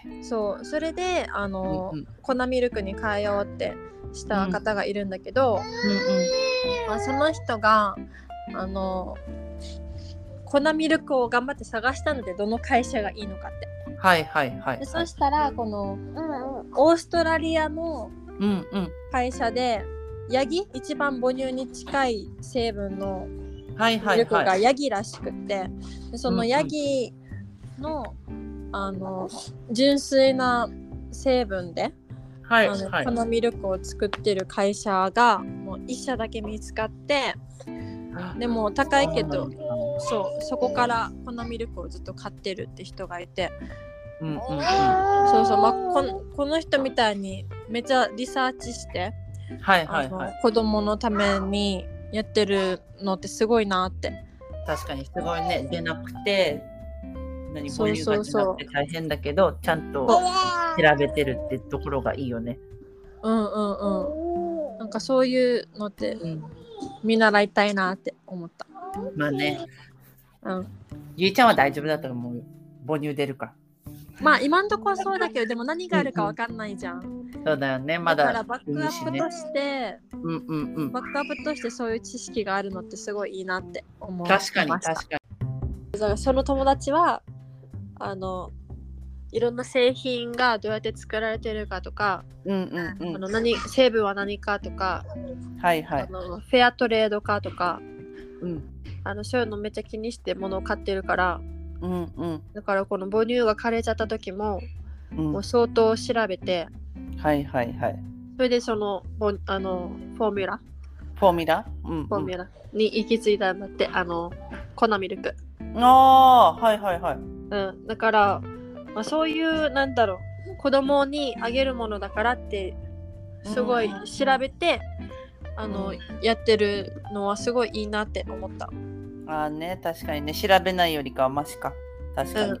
Speaker 2: え
Speaker 1: そうそれであの、
Speaker 2: うんうん
Speaker 1: 粉ミルクに変えようってした方がいるんだけど、まあ、その人があの粉ミルクを頑張って探したのでどの会社がいいのかって
Speaker 2: うんうん、はいはいはい
Speaker 1: でそしたらこの
Speaker 3: うんうん。
Speaker 1: オーストラリアの
Speaker 2: うんう
Speaker 1: 会社でヤギ一番母乳に近い成分の
Speaker 2: んはいは
Speaker 1: ミ
Speaker 2: い
Speaker 1: ルク
Speaker 2: は
Speaker 1: が
Speaker 2: い
Speaker 1: ヤギらしくって、でそのヤギの,、あの純粋な成分で、
Speaker 2: はい
Speaker 1: あの
Speaker 2: はい
Speaker 1: このミルクを作ってる会社がもう1社だけ見つかってでも高いけどそうそこからこのミルクをずっと買ってるって人がいて
Speaker 2: うんうんうん
Speaker 1: そうそう、まあ、このこの人みたいにめちゃリサーチして、
Speaker 2: はいはいは
Speaker 1: あの
Speaker 2: い
Speaker 1: 子供のためにやってるのってすごいなって。
Speaker 2: 確かにすごいね出なくて何
Speaker 1: そ
Speaker 2: 母
Speaker 1: う
Speaker 2: 乳
Speaker 1: そ
Speaker 2: が
Speaker 1: う
Speaker 2: 出
Speaker 1: そう
Speaker 2: なくて大変だけどちゃんと
Speaker 1: そ
Speaker 2: 調べてるってところがいいよね。
Speaker 1: うんうんうんなんかそういうのって
Speaker 2: うん、
Speaker 1: 見習いたいなって思った。
Speaker 2: まあね
Speaker 1: うん、
Speaker 2: ゆいちゃんは大丈夫だと思うよ母乳出るか
Speaker 1: まあ今んとこそうだけどでも何があるかわかんないじゃん。
Speaker 2: らそうだよねま
Speaker 1: だから
Speaker 2: だ
Speaker 1: バック
Speaker 2: 産
Speaker 1: ア
Speaker 2: む
Speaker 1: ッ
Speaker 2: し
Speaker 1: プ
Speaker 2: ね
Speaker 1: として
Speaker 2: うんうんうん
Speaker 1: バックアップとしてそういう知識があるのってすごいいいなって思いまし
Speaker 2: 確
Speaker 1: た
Speaker 2: かに確かに
Speaker 1: だからその友達はあのいろんな製品がどうやって作られてるかとか、
Speaker 2: うんうん
Speaker 1: あ
Speaker 2: う
Speaker 1: の何成分は何かとか、
Speaker 2: んはいは
Speaker 1: あ
Speaker 2: い
Speaker 1: のフェアトレードかとか
Speaker 2: うん
Speaker 1: あのそういうのめっちゃ気にして物を買ってるから
Speaker 2: うんうん
Speaker 1: だからこの母乳が枯れちゃった時も
Speaker 2: うん
Speaker 1: も
Speaker 2: は
Speaker 1: う相当調べて
Speaker 2: いはいはい
Speaker 1: それでそのボンあのフォーミュラ
Speaker 2: フォーミュラうん
Speaker 1: フォーミュラに行き着いたんだって、あの粉ミルク、
Speaker 2: うんああはいはいはい
Speaker 1: うん、だから、まあ、そういうなんだろう子供にあげるものだからってすごい
Speaker 2: うん
Speaker 1: 調べて、あの
Speaker 2: うん
Speaker 1: やってるのはすごいいいなって思った
Speaker 2: ああね確かにね調べないよりかはマシか確かに
Speaker 1: で、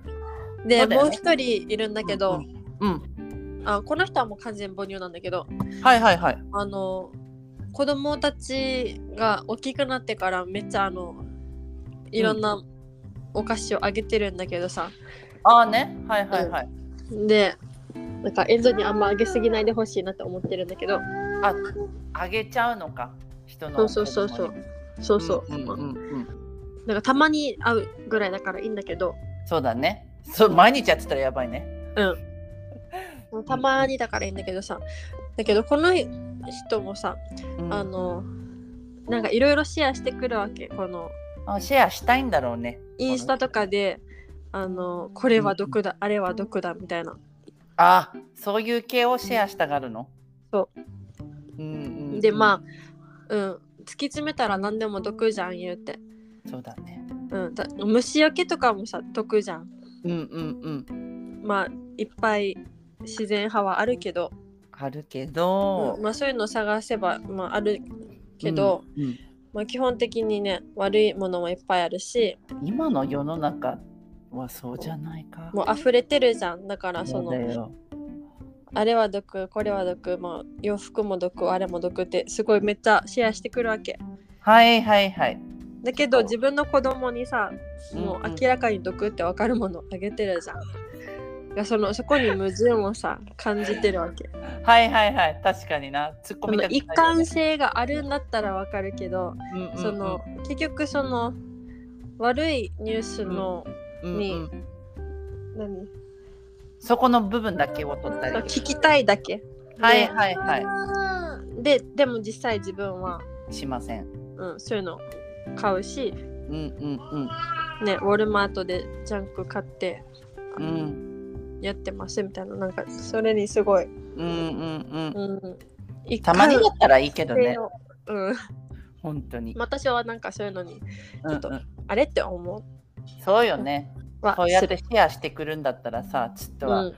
Speaker 2: そうだ
Speaker 1: も
Speaker 2: よね
Speaker 1: う一人いるんだけど、
Speaker 2: うん
Speaker 1: あこの人はもう完全母乳なんだけど
Speaker 2: はいはいはい
Speaker 1: あの子供たちが大きくなってからめっちゃあのいろんなお菓子をあげてるんだけどさ、
Speaker 2: ああねはいはいはい
Speaker 1: でなんか遠藤にあんまあげすぎないでほしいなって思ってるんだけど
Speaker 2: ああげちゃうのか人の
Speaker 1: そうそうそうそうそうそう、
Speaker 2: うんうんうんうん
Speaker 1: なんかたまに会うぐらいだからいいんだけど
Speaker 2: そうだねそう毎日やってたらやばいね
Speaker 1: たまにだからいいんだけどさだけどこの人もさ
Speaker 2: うん
Speaker 1: あのなんかいろいろシェアしてくるわけこの
Speaker 2: あシェアしたいんだろうね
Speaker 1: インスタとかであのこれは毒だあれは毒だみたいな
Speaker 2: あそういう系をシェアしたがるの、
Speaker 1: そう
Speaker 2: うんうんうん、
Speaker 1: でまあうん突き詰めたら何でも毒じゃん言うて、
Speaker 2: あそうだね
Speaker 1: うん、だ虫除けとかもさ毒じゃん
Speaker 2: うんうんうん
Speaker 1: まあいっぱい自然派はあるけど、
Speaker 2: あるけど、
Speaker 1: まあ、そういうの探せば、まあ、あるけど、
Speaker 2: うんうん
Speaker 1: まあ、基本的にね悪いものもいっぱいあるし
Speaker 2: 今の世の中はそうじゃないか
Speaker 1: もう溢れてるじゃんだからそ
Speaker 2: そうだ
Speaker 1: の
Speaker 2: よ
Speaker 1: あれは毒これは毒、まあ、洋服も毒あれも毒ってすごいめっちゃシェアしてくるわけ
Speaker 2: はいはいはい
Speaker 1: だけど自分の子供にさも
Speaker 2: うんう
Speaker 1: うん明らかに毒ってわかるものあげてるじゃん。だからそのそこに矛盾をさ感じてるわ
Speaker 2: [LAUGHS]
Speaker 1: け。
Speaker 2: はいはいはい確かにな突っ
Speaker 1: そ
Speaker 2: 込み
Speaker 1: の
Speaker 2: たくないよね
Speaker 1: 一貫性があるんだったらわかるけど、
Speaker 2: うんうんうん
Speaker 1: その結局その悪いニュースの、
Speaker 2: うんうん
Speaker 1: に何
Speaker 2: そこの部分だけを取ったり
Speaker 1: そう聞きたいだけ。
Speaker 2: はいはいはい
Speaker 1: ででも実際自分は、
Speaker 2: しません
Speaker 1: うん、そういうの買うし、
Speaker 2: うんうん
Speaker 1: ね、ウォルマートでジャンク買って
Speaker 2: うんうん
Speaker 1: やってますみたいななんかそれにすごい、
Speaker 2: うんうんうん
Speaker 1: うん、一
Speaker 2: たまに
Speaker 1: 貫
Speaker 2: だったらいいけどね
Speaker 1: 性をうん
Speaker 2: 本当に、
Speaker 1: まあ私はなんかそういうのに
Speaker 2: うんうん
Speaker 1: ちょっあれって思
Speaker 2: そうよね
Speaker 1: うは
Speaker 2: そうやっ
Speaker 1: す
Speaker 2: て
Speaker 1: る
Speaker 2: シェアしてくるんだったらさちょっとは、
Speaker 1: うん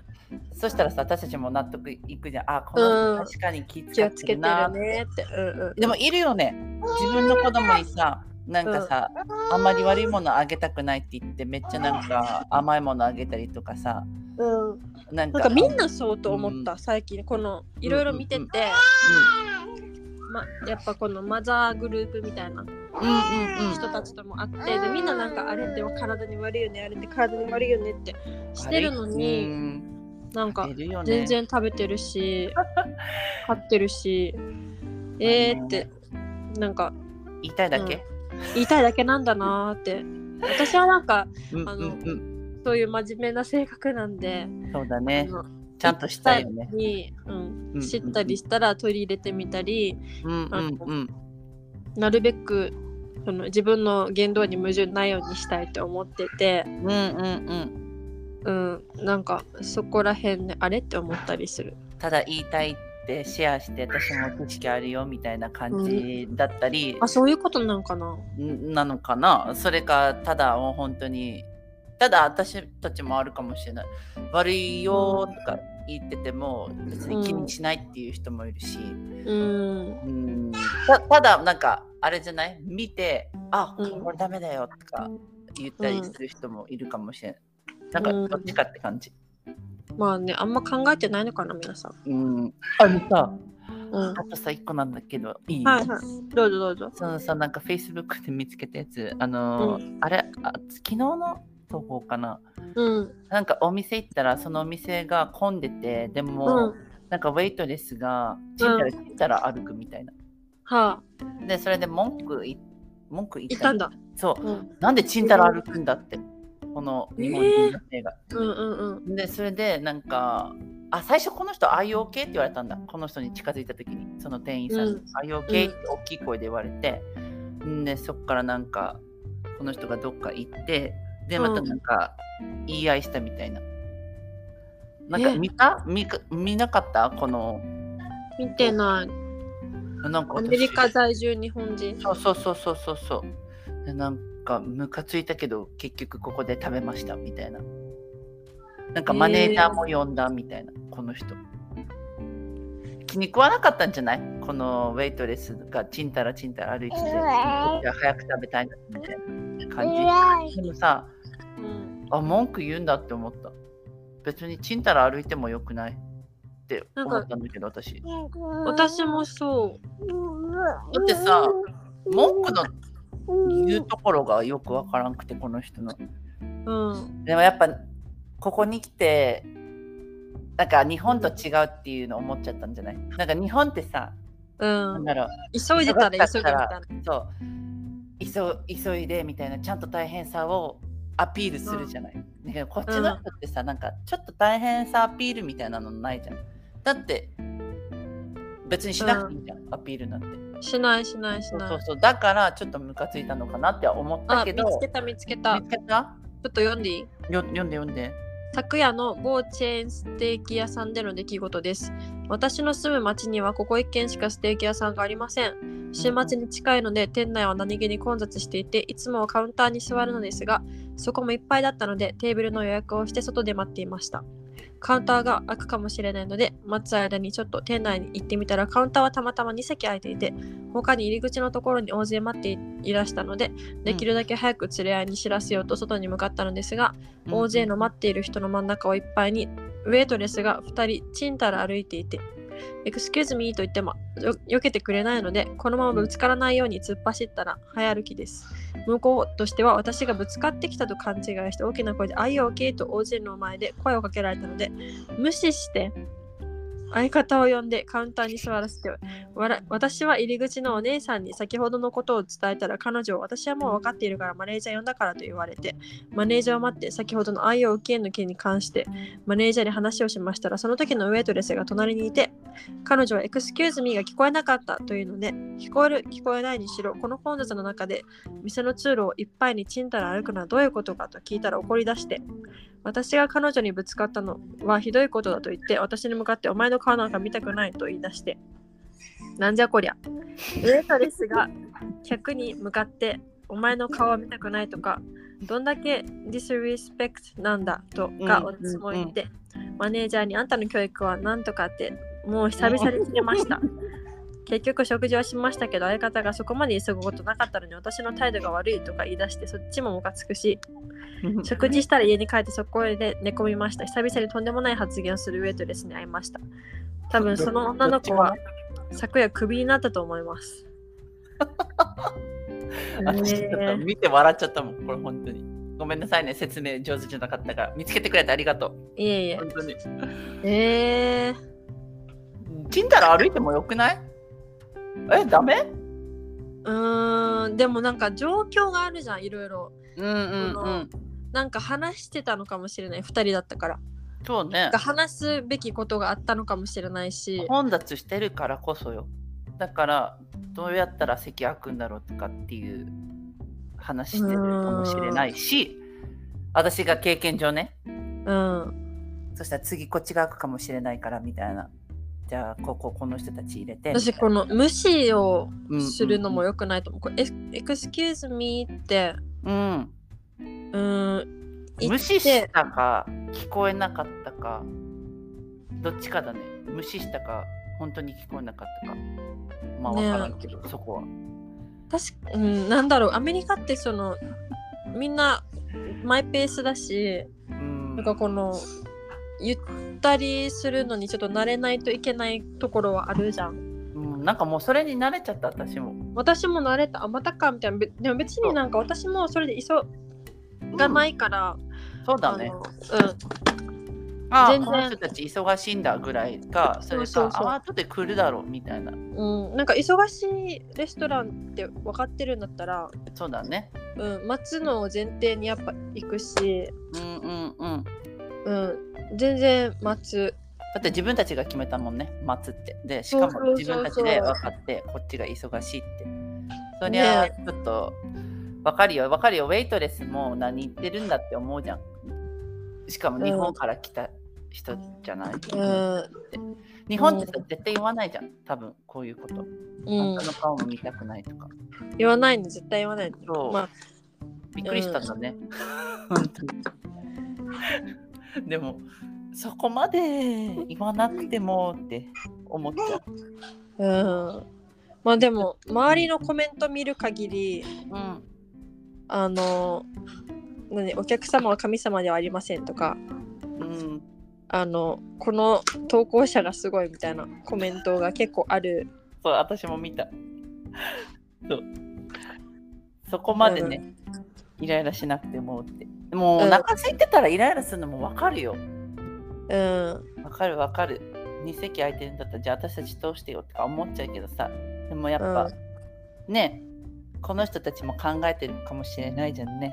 Speaker 2: そしたらさ私たちも納得いくじゃんあこの
Speaker 1: うん
Speaker 2: 人確かに気
Speaker 1: 気
Speaker 2: 遣
Speaker 1: を
Speaker 2: っ
Speaker 1: つ
Speaker 2: て
Speaker 1: け
Speaker 2: る
Speaker 1: て
Speaker 2: な
Speaker 1: るねって、うんうん、
Speaker 2: でもいるよね自分の子供にさなんかさ、あんまり悪いものあげたくないって言ってめっちゃなんか甘いものあげたりとかさ
Speaker 1: うん、
Speaker 2: なんか
Speaker 1: なんかみんなそうと思った、
Speaker 2: う
Speaker 1: 最近このいろいろ見てて、
Speaker 2: うんうん
Speaker 1: ま、やっぱこのマザーグループみたいな
Speaker 2: うんうんうん
Speaker 1: 人たちともあって、でみんななんかあれって体に悪いよねあれって体に悪いよねってしてるの
Speaker 2: う
Speaker 1: に
Speaker 2: ん
Speaker 1: なんか
Speaker 2: いるよね
Speaker 1: 全然食べてる
Speaker 2: [LAUGHS]
Speaker 1: し買ってるしえーってなんか
Speaker 2: 言いたいだけ、
Speaker 1: 言いたいだけなんだなーって私はなんか
Speaker 2: うん、
Speaker 1: あ
Speaker 2: うんう
Speaker 1: の
Speaker 2: ん
Speaker 1: そういう真面目な性格なんで、
Speaker 2: そうだ
Speaker 1: あ
Speaker 2: ね
Speaker 1: の
Speaker 2: ちゃんとしたいよ
Speaker 1: 知
Speaker 2: ね
Speaker 1: ったりうん
Speaker 2: うん
Speaker 1: 知ったりしたら取り入れてみたり、
Speaker 2: うんうんうん
Speaker 1: なるべくその自分の言動に矛盾ないようにしたいと思ってて、
Speaker 2: うんうんうん
Speaker 1: うん、なんかそこら辺であれって思ったりする。
Speaker 2: ただ言いたいってシェアして私も知識あるよみたいな感じだったり、
Speaker 1: あそういうことなんかな。
Speaker 2: なのかなそれかただもう本当にただ私たちもあるかもしれない悪いよとか言ってても別に気にしないっていう人もいるし、
Speaker 1: うん
Speaker 2: うんたただなんかあれじゃない見て「あ
Speaker 1: うん
Speaker 2: これダメだよ」とか言ったりする人もいるかもしれない、なんかどっちかって感じ。
Speaker 1: まあねあんま考えてないのかな皆さん。
Speaker 2: うん、あのさ
Speaker 1: うん、
Speaker 2: あとさ1個なんだけどいい、
Speaker 1: はいはい。どうぞどうぞ。
Speaker 2: そのさなんか Facebook で見つけたやつあのーあれあ昨日の投稿かな
Speaker 1: うん
Speaker 2: なんかお店行ったらそのお店が混んでてで
Speaker 1: う
Speaker 2: も、
Speaker 1: ん
Speaker 2: なんかウェイトレスがちんたらちんたら歩くみたいな、
Speaker 1: はあ
Speaker 2: でそれで文句い文句言
Speaker 1: 行
Speaker 2: っ
Speaker 1: ったたんだ。
Speaker 2: そう
Speaker 1: うん
Speaker 2: なんでちんたら歩くんだってこの日本人の映が、
Speaker 1: うんうんうん
Speaker 2: でそれでなんかあ最初この人 IOK って言われたんだこの人に近づいた時にその店員さんに、
Speaker 1: うん
Speaker 2: IOK って大きい声で言われて、ん、でそっからなんかこの人がどっか行ってでまたなんか言い合いしたみたいな。なんか
Speaker 1: え
Speaker 2: 見た見か見なかったこの
Speaker 1: 見てない。
Speaker 2: なんか
Speaker 1: ア
Speaker 2: 私
Speaker 1: メリカ在住日本人。
Speaker 2: そうそうそうそうそうそうでなんかムカついたけど結局ここで食べましたみたいななんかマネージャーも呼んだみたいな、この人気に食わなかったんじゃないこのウェイトレスがちんたらちんたら歩いてて
Speaker 3: うわー
Speaker 2: いや早く食べたいなみたいな感
Speaker 3: 偉い
Speaker 2: じでもさ
Speaker 1: うん、
Speaker 2: あ文句言うんだって思った別にちんたら歩いてもよくないって思ったんだけど私
Speaker 1: 私もそう。
Speaker 2: だってさ文句の言うところがよくわからんくてこの人の
Speaker 1: うん
Speaker 2: でもやっぱここに来てなんか日本と違うっていうの思っちゃったんじゃないなんか日本ってさ、
Speaker 1: うん
Speaker 2: なんだろう
Speaker 1: 急いでたら急いでたら。
Speaker 2: そう急急いでみたいなちゃんと大変さをアピールするじゃない、だけどこっちの人ってさ、なんかちょっと大変さアピールみたいなのないじゃんだって別にしなくていいじゃん、アピールなんて
Speaker 1: しないしないし
Speaker 2: そう
Speaker 1: な
Speaker 2: そう
Speaker 1: い。
Speaker 2: そうだからちょっとムカついたのかなって思った
Speaker 1: あ、
Speaker 2: け
Speaker 1: 見
Speaker 2: ど
Speaker 1: つけた見つけた。ち
Speaker 2: 見
Speaker 1: ょ
Speaker 2: つけた
Speaker 1: っと読んでいい
Speaker 2: よ読んで読んで
Speaker 1: 昨夜の某チェーンステーキ屋さんでの出来事です。私の住む町にはここ1軒しかステーキ屋さんがありません。週末に近いので店内は何気に混雑していていつもはカウンターに座るのですがそこもいっぱいだったのでテーブルの予約をして外で待っていました。カウンターが開くかもしれないので待つ間にちょっと店内に行ってみたらカウンターはたまたま2席空いていて他に入り口のところに大勢待っていらしたのでできるだけ早く連れ合いに知らせようと外に向かったのですが大勢の
Speaker 2: [LAUGHS]
Speaker 1: 待っている人の真ん中をいっぱいにウェイトレスが2人ちんたら歩いていて「エクスキューズミー」と言ってもよ避けてくれないのでこのままぶつからないように突っ走ったら早歩きです向こうとしては私がぶつかってきたと勘違いして大きな声で「あいよけ」と大勢の前で声をかけられたので無視して相方を呼んでカウンターに座らせてわら私は入り口のお姉さんに先ほどのことを伝えたら彼女を私はもう分かっているからマネージャー呼んだからと言われてマネージャーを待って先ほどの IOK の件に関してマネージャーに話をしましたらその時のウェイトレスが隣にいて彼女はエクスキューズミーが聞こえなかったというので聞こえる聞こえないにしろこの混雑の中で店の通路をいっぱいにちんたら歩くのはどういうことかと聞いたら怒り出して私が彼女にぶつかったのはひどいことだと言って私に向かってお前の顔なんか見たくないと言い出してなんじゃこりゃウェイトレスが客に向かってお前の顔は見たくないとかどんだけディスリスペクトなんだとか
Speaker 2: うん
Speaker 1: 私も言って、
Speaker 2: [LAUGHS]
Speaker 1: マネージャーにあんたの教育はなんとかってもう久々に聞けました結局食事はしましたけど相方がそこまで急ぐことなかったのに私の態度が悪いとか言い出してそっちもムカつくし食事したら家に帰ってそこで寝込みました久々にとんでもない発言をするウェイトレスに会いました多分その女の子は昨夜クビになったと思い
Speaker 2: [LAUGHS]
Speaker 1: ます
Speaker 2: 私ち
Speaker 1: ね
Speaker 2: ょっと見て笑っちゃったもん、これ本当に。ごめんなさいね、説明上手じゃなかったから。見つけてくれてありがとう。
Speaker 1: えいえい
Speaker 2: 本当に。
Speaker 1: ええ
Speaker 2: ちんたら歩いてもよくないえ、ダメ
Speaker 1: ー、うーんでもなんか状況があるじゃんいろいろ
Speaker 2: うんうんうん。
Speaker 1: なんか話してたのかもしれない2人だったから
Speaker 2: そうね
Speaker 1: なんか。話すべきことがあったのかもしれないし
Speaker 2: 混雑してるからこそよ。だから、どうやったら席開くんだろうとかっていう話してるかもしれないし、私が経験上ね、
Speaker 1: うん
Speaker 2: そしたら次こっちが開くかもしれないからみたいな。じゃあ、こここの人たち入れて。
Speaker 1: 私この無視を
Speaker 2: うん
Speaker 1: するのも良くないと思う。これ、エクスキューズミーって、
Speaker 2: うん。
Speaker 1: うーん、
Speaker 2: 無視
Speaker 1: 言
Speaker 2: し
Speaker 1: って
Speaker 2: たか聞こえなかったかどっちかだね無視したか本当に聞こえなかったかまあ
Speaker 1: ねえ
Speaker 2: 分からんけど、そこは
Speaker 1: 確か、うん、なんだろう、アメリカってその、みんなマイペースだし、
Speaker 2: うん
Speaker 1: なんかこの、ゆったりするのにちょっと慣れないといけないところはあるじゃん。
Speaker 2: うん、なんかもうそれに慣れちゃった私も
Speaker 1: 私も慣れた、あ、またかみたいな。べでも別になんか私もそれで急がないから、
Speaker 2: そうだ
Speaker 1: あ
Speaker 2: ね
Speaker 1: のうん、
Speaker 2: あ
Speaker 1: 全然
Speaker 2: この人たち忙しいんだぐらいかそれか
Speaker 1: そうそうそう
Speaker 2: あ後で来るだろうみたいな
Speaker 1: うん、なんか忙しいレストランって分かってるんだったら、
Speaker 2: そうだね
Speaker 1: うん、待つのを前提にやっぱ行くし、
Speaker 2: うんうんうんだ
Speaker 1: うん、全然待つ。
Speaker 2: って自分たちが決めたもんね待つってでしか
Speaker 1: そうそ
Speaker 2: も
Speaker 1: うそう
Speaker 2: 自分たちで分かってこっちが忙しいってそりゃあちょっと分かるよ分かるよウェイトレスも何言ってるんだって思うじゃんしかも日本から来た人じゃない、
Speaker 1: うん、
Speaker 2: 日本ってさ絶対言わないじゃん多分こういうこと、
Speaker 1: うん
Speaker 2: あんたの顔も見たくないとか
Speaker 1: 言わないの、絶対言わないの。
Speaker 2: そう、
Speaker 1: まあ
Speaker 2: びっくりしたんだね、本当にでもそこまで言わなくてもって思っちゃう
Speaker 1: うん、まあでも、周りのコメント見る限り、
Speaker 2: うん
Speaker 1: あの、何お客様は神様ではありませんとか、
Speaker 2: うん、
Speaker 1: あの、この投稿者がすごいみたいなコメントが結構ある。
Speaker 2: そう、私も見た。 [LAUGHS] そう。そこまでね、イライラしなくてもって。もう、
Speaker 1: うん
Speaker 2: お腹空いてたらイライラするのもわかるよ。
Speaker 1: うん、
Speaker 2: わかるわかる。二席空いてるんだったら、じゃあ私たち通してよとか思っちゃうけどさ。でもやっぱ、ね、この人たちも考えてるかもしれないじゃんね。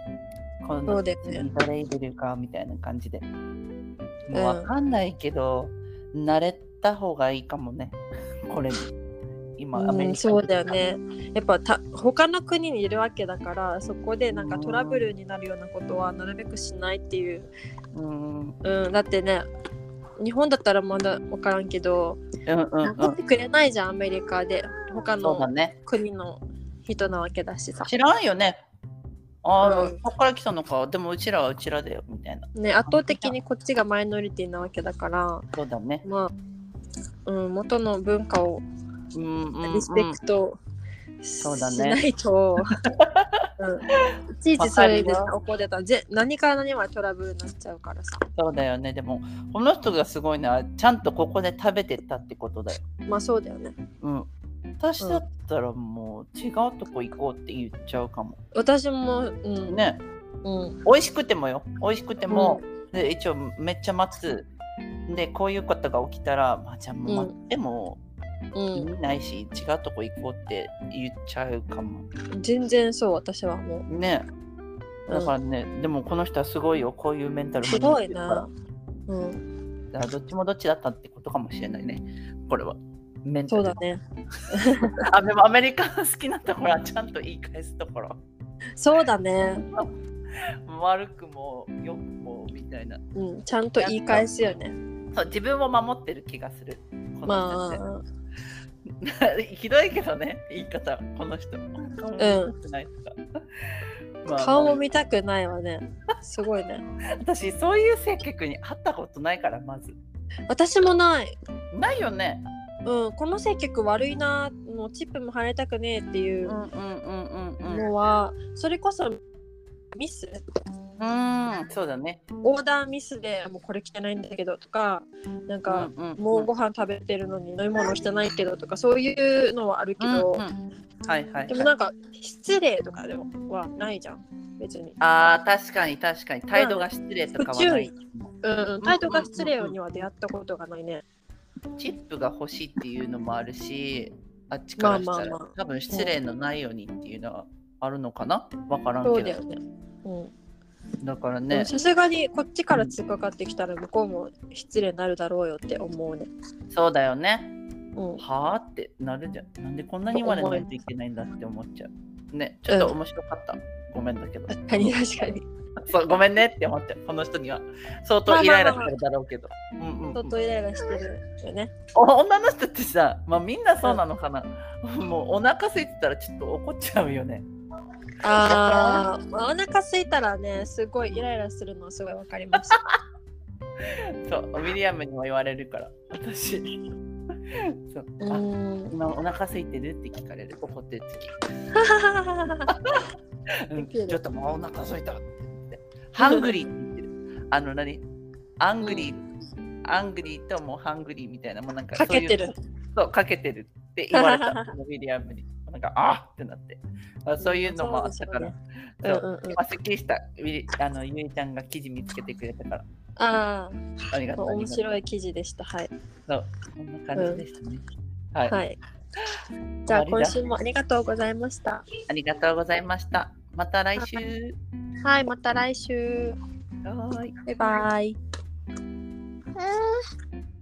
Speaker 2: こ
Speaker 1: そ
Speaker 2: の
Speaker 1: うだよね
Speaker 2: にどれ入れるかみたいな感じで。もうわかんないけど、慣れた方がいいかもね。これに。今、アメリカ
Speaker 1: うん、
Speaker 2: に
Speaker 1: そうだよね。やっぱた他の国にいるわけだからそこでなんかトラブルになるようなことはなるべくしないっていう
Speaker 2: うんうん
Speaker 1: うん、だってね日本だったらまだ分からんけど、
Speaker 2: うんう
Speaker 1: 怒っ
Speaker 2: ん
Speaker 1: てくれないじゃんアメリカで他
Speaker 2: そうだ
Speaker 1: の
Speaker 2: ね
Speaker 1: 国の人なわけだしさ、
Speaker 2: 知らんよねああ、
Speaker 1: うん
Speaker 2: こっから来たのかでもうちらはうちらだよみたいな
Speaker 1: ね、圧倒的にこっちがマイノリティなわけだから
Speaker 2: そうだね
Speaker 1: まあ、うん、元の文化を
Speaker 2: うんうん、うん、
Speaker 1: リスペクトし,、
Speaker 2: そうだね
Speaker 1: ない
Speaker 2: [LAUGHS]
Speaker 1: と、うん、いちいちそれでさ
Speaker 2: わかる
Speaker 1: 怒ってたらぜ何から何までトラブルになっちゃうからさ
Speaker 2: そうだよねでもこの人がすごいのはちゃんとここで食べてったってことだよ
Speaker 1: まあそうだよね
Speaker 2: うん私だったらもう違うとこ行こうって言っちゃうかも
Speaker 1: 私もうん
Speaker 2: ね
Speaker 1: うん
Speaker 2: 美味しくてもよ美味しくても、で一応めっちゃ待つでこういうことが起きたらまあじゃあもう待っても
Speaker 1: うん
Speaker 2: 意味ないし、違うとこ行こうって言っちゃうかも
Speaker 1: 全然そう私はも
Speaker 2: ね
Speaker 1: うん
Speaker 2: だからね、でもこの人はすごいよこういうメンタ
Speaker 1: う
Speaker 2: ル
Speaker 1: す
Speaker 2: 持っ
Speaker 1: ごい
Speaker 2: てるから
Speaker 1: な、うん、
Speaker 2: だからどっちもどっちだったってことかもしれないねこれはメン
Speaker 1: そ
Speaker 2: タ
Speaker 1: う
Speaker 2: ル
Speaker 1: だね
Speaker 2: あでもアメリカの好きなところはちゃんと言い返すところ
Speaker 1: そうだね、
Speaker 2: 悪くも良くもみたいな
Speaker 1: うん、ちゃんと言い返すよね
Speaker 2: そう自分を守ってる気がするこの人って、
Speaker 1: まあ
Speaker 2: [LAUGHS] ひどいけどね言い方この人顔も良くないとか、まあ
Speaker 1: 顔も見たくないわねすごいね
Speaker 2: 私そういう性格に会ったことないからまず
Speaker 1: 私もない
Speaker 2: ないよね
Speaker 1: うん、この性格悪いなもうチップも払いたくねえっていううん
Speaker 2: うんうんうんうん
Speaker 1: のは、それこそミス
Speaker 2: うんそうだね
Speaker 1: オーダーミスでもうこれ着てないんだけどとかなんか、
Speaker 2: うんうん
Speaker 1: もうご飯食べてるのに飲み物してないけどとかそういうのはあるけど、
Speaker 2: うんうんはいはい
Speaker 1: でも
Speaker 2: はい
Speaker 1: なんか失礼とかでもはないじゃん別に、
Speaker 2: あー確かに確かに態度が失礼とかはない、
Speaker 1: うんうん、態度が失礼には出会ったことがないね
Speaker 2: チップが欲しいっていうのもあるしあっちからしたら、
Speaker 1: まあまあま
Speaker 2: 多分失礼のないようにっていうのはあるのかなわからん
Speaker 1: そうだ
Speaker 2: け
Speaker 1: よ
Speaker 2: ど
Speaker 1: ねうん
Speaker 2: だから
Speaker 1: でも
Speaker 2: ね
Speaker 1: さすがにこっちから突っかかってきたら向こうも失礼になるだろうよって思うね
Speaker 2: そうだよね
Speaker 1: うん
Speaker 2: はあってなるじゃんなんでこんなに言われないといけないんだって思っちゃうねちょっと面白かった、ごめんだけど
Speaker 1: 確かに確かに
Speaker 2: そうごめんねって思っちゃうこの人には相当イライラしてるだろうけど、うんうんうん
Speaker 1: ちょ [LAUGHS] っとイライラしてるよね
Speaker 2: お女の人ってさ、まあ、みんなそうなのかな、もうお腹空いてたらちょっと怒っちゃうよね
Speaker 1: あ [LAUGHS] ーまあお腹空いたらねすごいイライラするのはすごいわかります
Speaker 2: そうウィリアムにも言われるから私 [LAUGHS] そう
Speaker 1: [LAUGHS] [LAUGHS] う
Speaker 2: あ
Speaker 1: ん
Speaker 2: 今お腹空いてるって聞かれる怒ってる時、うんちょっともうお腹空いたって言ってハングリーって言ってるあの何アングリー、アングリーともうハングリーみたいなもうなんか
Speaker 1: かけてる
Speaker 2: そういうそうかけてるって言われたウィリアムになんかあってなってあそういうのもあったから
Speaker 1: うんうんうん
Speaker 2: まあ、すっきりしたウィリあのゆいちゃんが記事見つけてくれたから
Speaker 1: あ
Speaker 2: ありが
Speaker 1: あ
Speaker 2: とう。
Speaker 1: 面
Speaker 2: い。
Speaker 1: 白い記事でしたはい
Speaker 2: こんな感じでしたね。はい、
Speaker 1: はいじゃあ
Speaker 2: 終わ
Speaker 1: 今
Speaker 2: りだ
Speaker 1: 週もありがとうございました
Speaker 2: ありがとうございました。また来週。
Speaker 1: はいまた来週
Speaker 2: はーい。
Speaker 1: バイバイ
Speaker 3: うん